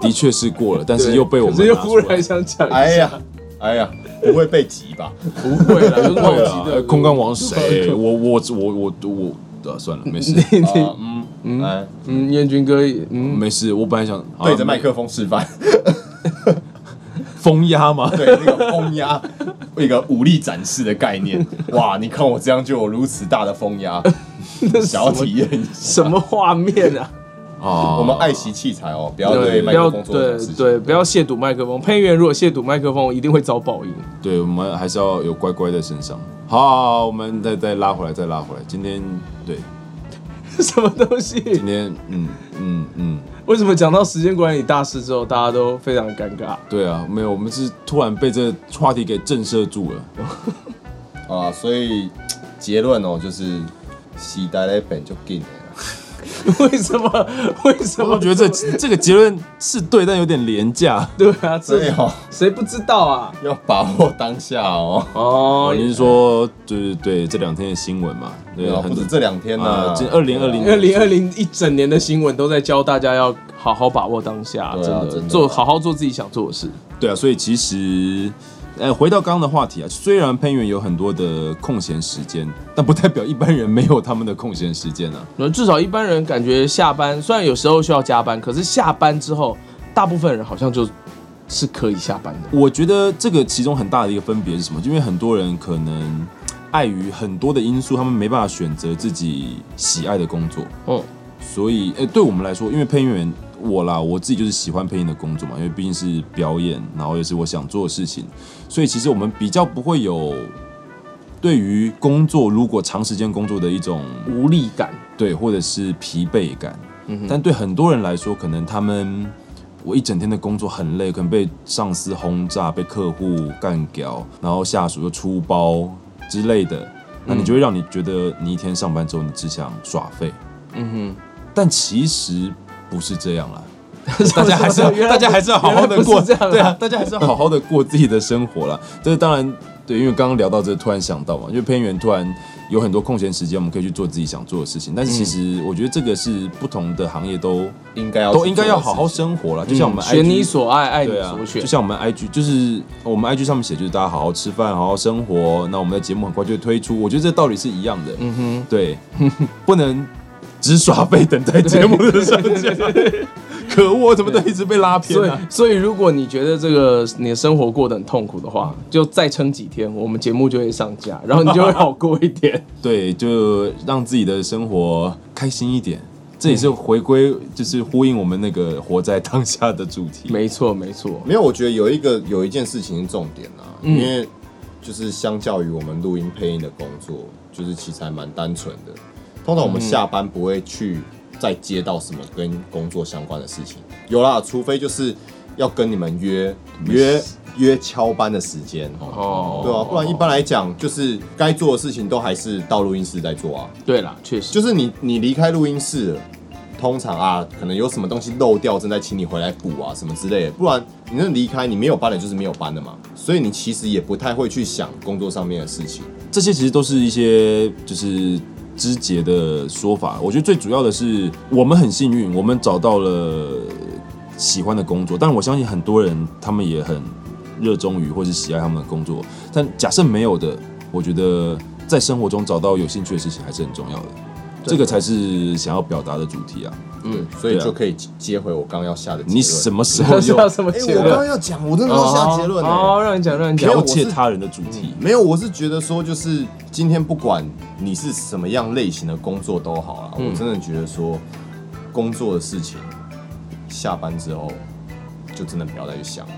S5: 的确是过了，但是
S3: 对
S5: 又被我们
S3: 可是又
S5: 拿出
S3: 忽
S5: 来
S3: 然想讲一下，
S4: 哎呀，哎呀，不会被急
S3: [laughs]
S4: 吧？
S3: 不会了，就是忘
S5: 对
S3: 记
S5: 啊
S3: 的，
S5: 空干王谁？我我我我我我、啊，算了，
S3: [laughs]
S5: 没事
S4: 啊嗯嗯，哎
S3: 嗯，彦军哥，
S5: [laughs]
S3: 嗯，
S5: 没事。我本来想啊
S4: 对着麦
S5: 克
S4: 克风示
S3: [laughs]
S4: 范，
S5: 风压嘛，
S4: 对那个风压，一个武力展示的概念。哇，你看我这样就有如此大的风
S3: [laughs]
S4: 压，想要体验一下。
S3: 什么画面啊？
S5: 啊，
S4: 我们爱惜器材哦，不要对
S3: 对，不
S4: 麦克
S3: 要
S4: 风做这种
S3: 对
S4: 事情。
S3: 对，不要亵渎麦克风。配音员如果亵渎麦克风，一定会遭报应。 [laughs]
S5: 对，我们还是要有乖乖在身上。好好，好我们再再拉回来，再拉回来。今天对，
S3: 什么东西
S5: 今？天嗯嗯嗯，
S3: 为什么讲到时间管理大师之后，大家都非常尴尬？ [laughs]
S5: 对啊，没有，我们是突然被这话题给震慑住
S4: [laughs]
S5: 了。
S4: 啊，所以结论哦，就是时代咧本就紧了
S5: [laughs]
S4: 啦。
S3: 为什么？为什么？
S5: 我觉得这这个结论是对，但有点廉价。
S3: 对啊，
S4: 所以
S3: 这
S4: 哦，
S3: 谁不知道啊？
S4: 要把握当下哦。
S3: 哦
S5: 哦，你是说就是对这两天的新闻嘛？对，
S4: 对啊，
S5: 很
S4: 不止这两天呢
S5: 啊，这2020
S3: 二零二零一整年的新闻都在教大家要好好把握当下，
S4: 对啊
S3: 真的
S4: 真的
S3: 做好好做自己想做的事。
S5: 对啊，所以其实，呃，回到刚刚的话题啊，虽然配音员有很多的空闲时间，但不代表一般人没有他们的空闲时间啊。
S3: 那至少一般人感觉下班，虽然有时候需要加班，可是下班之后，大部分人好像就是可以下班的。
S5: 我觉得这个其中很大的一个分别是什么？因为很多人可能碍于很多的因素，他们没办法选择自己喜爱的工作，
S3: 嗯，
S5: 所以，呃，对我们来说，因为配音员我啦，我自己就是喜欢配音的工作嘛，因为毕竟是表演，然后也是我想做的事情，所以其实我们比较不会有对于工作如果长时间工作的一种
S3: 无力感。
S5: 对，或者是疲惫感。但对很多人来说，可能他们我一整天的工作很累，可能被上司轰炸、被客户干掉，然后下属又出包之类的，那你就会让你觉得你一天上班之后，你只想耍废。
S3: 嗯
S5: 但其实不是这样啦。 [laughs] 大家还是
S3: [laughs]
S5: 要，
S3: 原来
S5: 大家还是要好好
S3: 原
S5: 的
S3: 来不
S5: 过，
S3: 是这样啊
S5: 对啊，大家还是要好好的过自己的生活啦。这是当然，对，因为刚刚聊到这，突然想到嘛，因为配音员突然有很多空闲时间，我们可以去做自己想做的事情。但是其实我觉得这个是不同的行业都
S4: 应该要
S5: 都应该要好好
S4: 去做的事情
S5: 生活啦，就
S3: 哼，
S5: 像我们 IG,
S3: 选你所爱，爱你
S5: 对啊
S3: 所，选
S5: 就。像我们 IG，就是我们 IG 上面写，就是大家好好吃饭，好好生活。那我们的节目很快就会推出，我觉得这道理是一样的。嗯哼，对， [laughs] 不能只耍废等待节目的上架。 [laughs] 可恶，我怎么都一直被拉偏
S3: 所以
S5: 啊？，
S3: 所以如果你觉得这个你的生活过得很痛苦的话，就再撑几天，我们节目就会上架，然后你就会好过一
S5: [laughs]
S3: 点。
S5: 对，就让自己的生活开心一点。这也是回归，就是呼应我们那个活在当下的主题。
S3: 没错，没错。
S4: 没有，我觉得有一个有一件事情是重点啊，因为就是相较于我们录音配音的工作，就是其实还蛮单纯的。通常我们下班不会去再接到什么跟工作相关的事情，有啦，除非就是要跟你们约约约敲班的时间
S3: 哦
S4: 哦，对啊，不然一般来讲就是该做的事情都还是到录音室在做啊。
S3: 对啦，确实。
S4: 就是你你离开录音室了，通常啊，可能有什么东西漏掉，正在请你回来补啊，什么之类的。不然你那离开，你没有班的，就是没有班的嘛。所以你其实也不太会去想工作上面的事情。
S5: 这些其实都是一些就是枝节的说法。我觉得最主要的是，我们很幸运，我们找到了喜欢的工作。但我相信很多人他们也很热衷于或是喜爱他们的工作。但假设没有的，我觉得在生活中找到有兴趣的事情还是很重要的。这个才是想要表达的主题啊！
S4: 嗯，所以
S5: 对啊
S4: 就可以接回我刚要下的结论。
S5: 你什么时 [laughs] 候
S3: 这是 [laughs]
S5: 又
S3: 要什么
S4: 哎、
S3: 结
S4: 我刚
S3: 论？
S4: 刚要讲，我真的要下结论呢、
S5: 啊
S3: 哦，让你讲，让你讲
S4: 没有。
S5: 剽
S4: 我
S5: 窃
S4: 是
S5: 他人的主题？
S4: 没有，我是觉得说，就是今天不管你是什么样类型的工作都好
S5: 嗯
S4: 啦，我真的觉得说，工作的事情，下班之后就真的不要再去想了。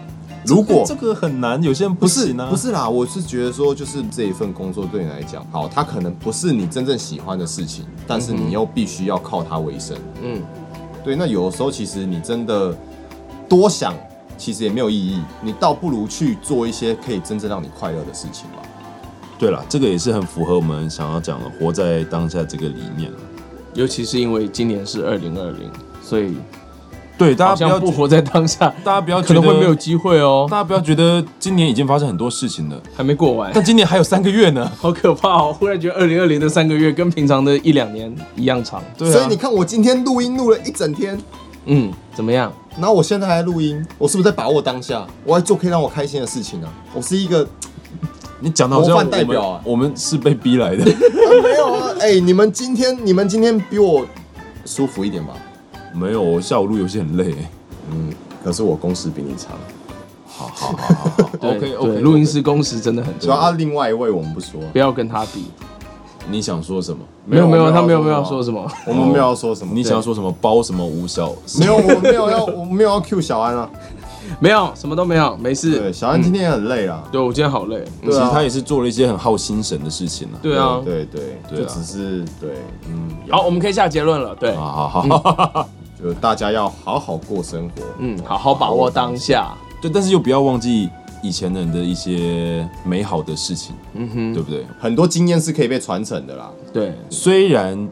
S4: 如果
S5: 这个很难，有些人
S4: 不
S5: 不
S4: 是
S5: 行啊。
S4: 不是啦，我是觉得说，就是这一份工作对你来讲，好，它可能不是你真正喜欢的事情，但是你又必须要靠它为生。
S3: 嗯，
S4: 对，那有的时候其实你真的多想，其实也没有意义，你倒不如去做一些可以真正让你快乐的事情吧。
S5: 对了，这个也是很符合我们想要讲的“活在当下”这个理念啊
S3: 尤其是因为今年是二零二零，所以
S5: 对，
S3: 好
S5: 大家
S3: 像
S5: 不
S3: 不
S5: 要觉，
S3: 活在当下，
S5: 大家不要
S3: 可
S5: 觉得
S3: 能会没有，机会哦。
S5: 大家不要觉得今年已经发生很多事情了，
S3: 还没过完，
S5: 但今年还有三个月呢。
S3: 好可怕哦！忽然觉得二零二零的三个月跟平常的一两年一样长。
S5: [laughs] 对啊，
S4: 所以你看，我今天录音录了一整天，
S3: 嗯，怎么样？
S4: 然后我现在还在录音，我是不是在把握当下？我在做可以让我开心的事情呢、我是一个、 [laughs]
S5: 你讲的好像
S4: 模
S5: 我
S4: 范代
S5: 们
S4: 表啊
S5: 我们是被逼 [laughs] 来的。
S4: 啊没有啊，哎、你们今天你们今天比我舒服一点吧？
S5: 没有，我下午录游戏很累。
S4: 可是我工时比你长。
S5: 好好好好好，OK
S3: 对
S5: OK，
S3: 录音师工时真的很
S4: 主
S3: 重
S4: 要
S3: 要，
S4: 啊，另外一位我们不说，
S3: 不要跟他比。
S5: 你想说什么？
S3: 没有没有，他没有没有
S4: 要
S3: 说什么。
S4: 我们没有要说什么，
S5: 你想说什么？包什么五小？
S4: 没有，我没有要，我没有要 Q 小安啊。
S3: [laughs] 没有，什么都没有，没
S4: 对，
S3: 事。
S4: 小安今天也很累啦。
S3: 对我今天好累。
S5: 嗯其
S4: 对
S5: 实
S4: 啊
S5: 他也是做了一些很耗心神的事情啊。
S3: 对啊，
S4: 对对对，
S5: 对
S4: 就
S5: 啊
S4: 只是对，嗯，
S3: 好，我们可以下结论了。对，
S5: 好好好好，
S4: 就大家要好好过生活。
S3: 嗯，好好把握当下。
S5: [laughs] 对，但是又不要忘记以前人的一些美好的事情，嗯哼，对不对？
S4: 很多经验是可以被传承的啦。
S5: 嗯
S3: 对，
S5: 虽然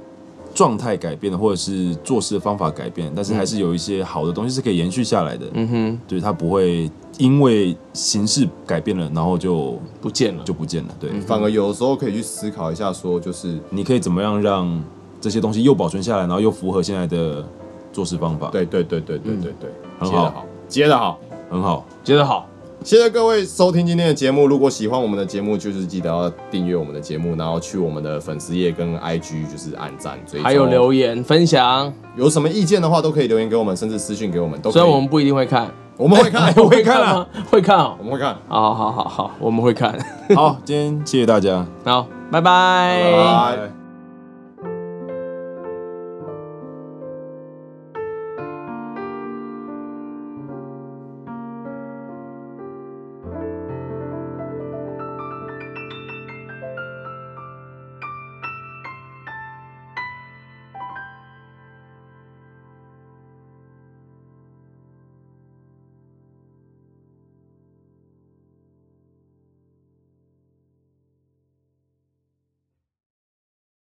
S5: 状态改变了，或者是做事的方法改变，但是还是有一些好的东西是可以延续下来的。
S3: 嗯哼，
S5: 对，它不会因为形式改变了，然后就
S3: 不见了
S5: 就。不见了。对，
S4: 反而有的时候可以去思考一下，说就是
S5: 你可以怎么样让这些东西又保存下来，然后又符合现在的做事方法？，
S4: 对对对对对对对，
S5: 嗯很
S4: 接得
S5: 好
S4: 好，接得好。
S5: 很好。
S3: 觉得好，
S4: 谢谢各位收听今天的节目。如果喜欢我们的节目，就是记得要订阅我们的节目，然后去我们的粉丝页跟 IG 就是按赞追踪。
S3: 还有留言分享，
S4: 有什么意见的话，都可以留言给我们，甚至私讯给我们，都可以。
S3: 虽然我们不一定会 [laughs] 看，
S4: 我们会看， [laughs] 我们会看啊，
S3: 吗？ [laughs] 会看哦
S4: 我。们会看。
S3: 好好好好，我们会看。
S5: 好，今天谢谢大家，
S3: 好，拜拜。
S4: 拜拜。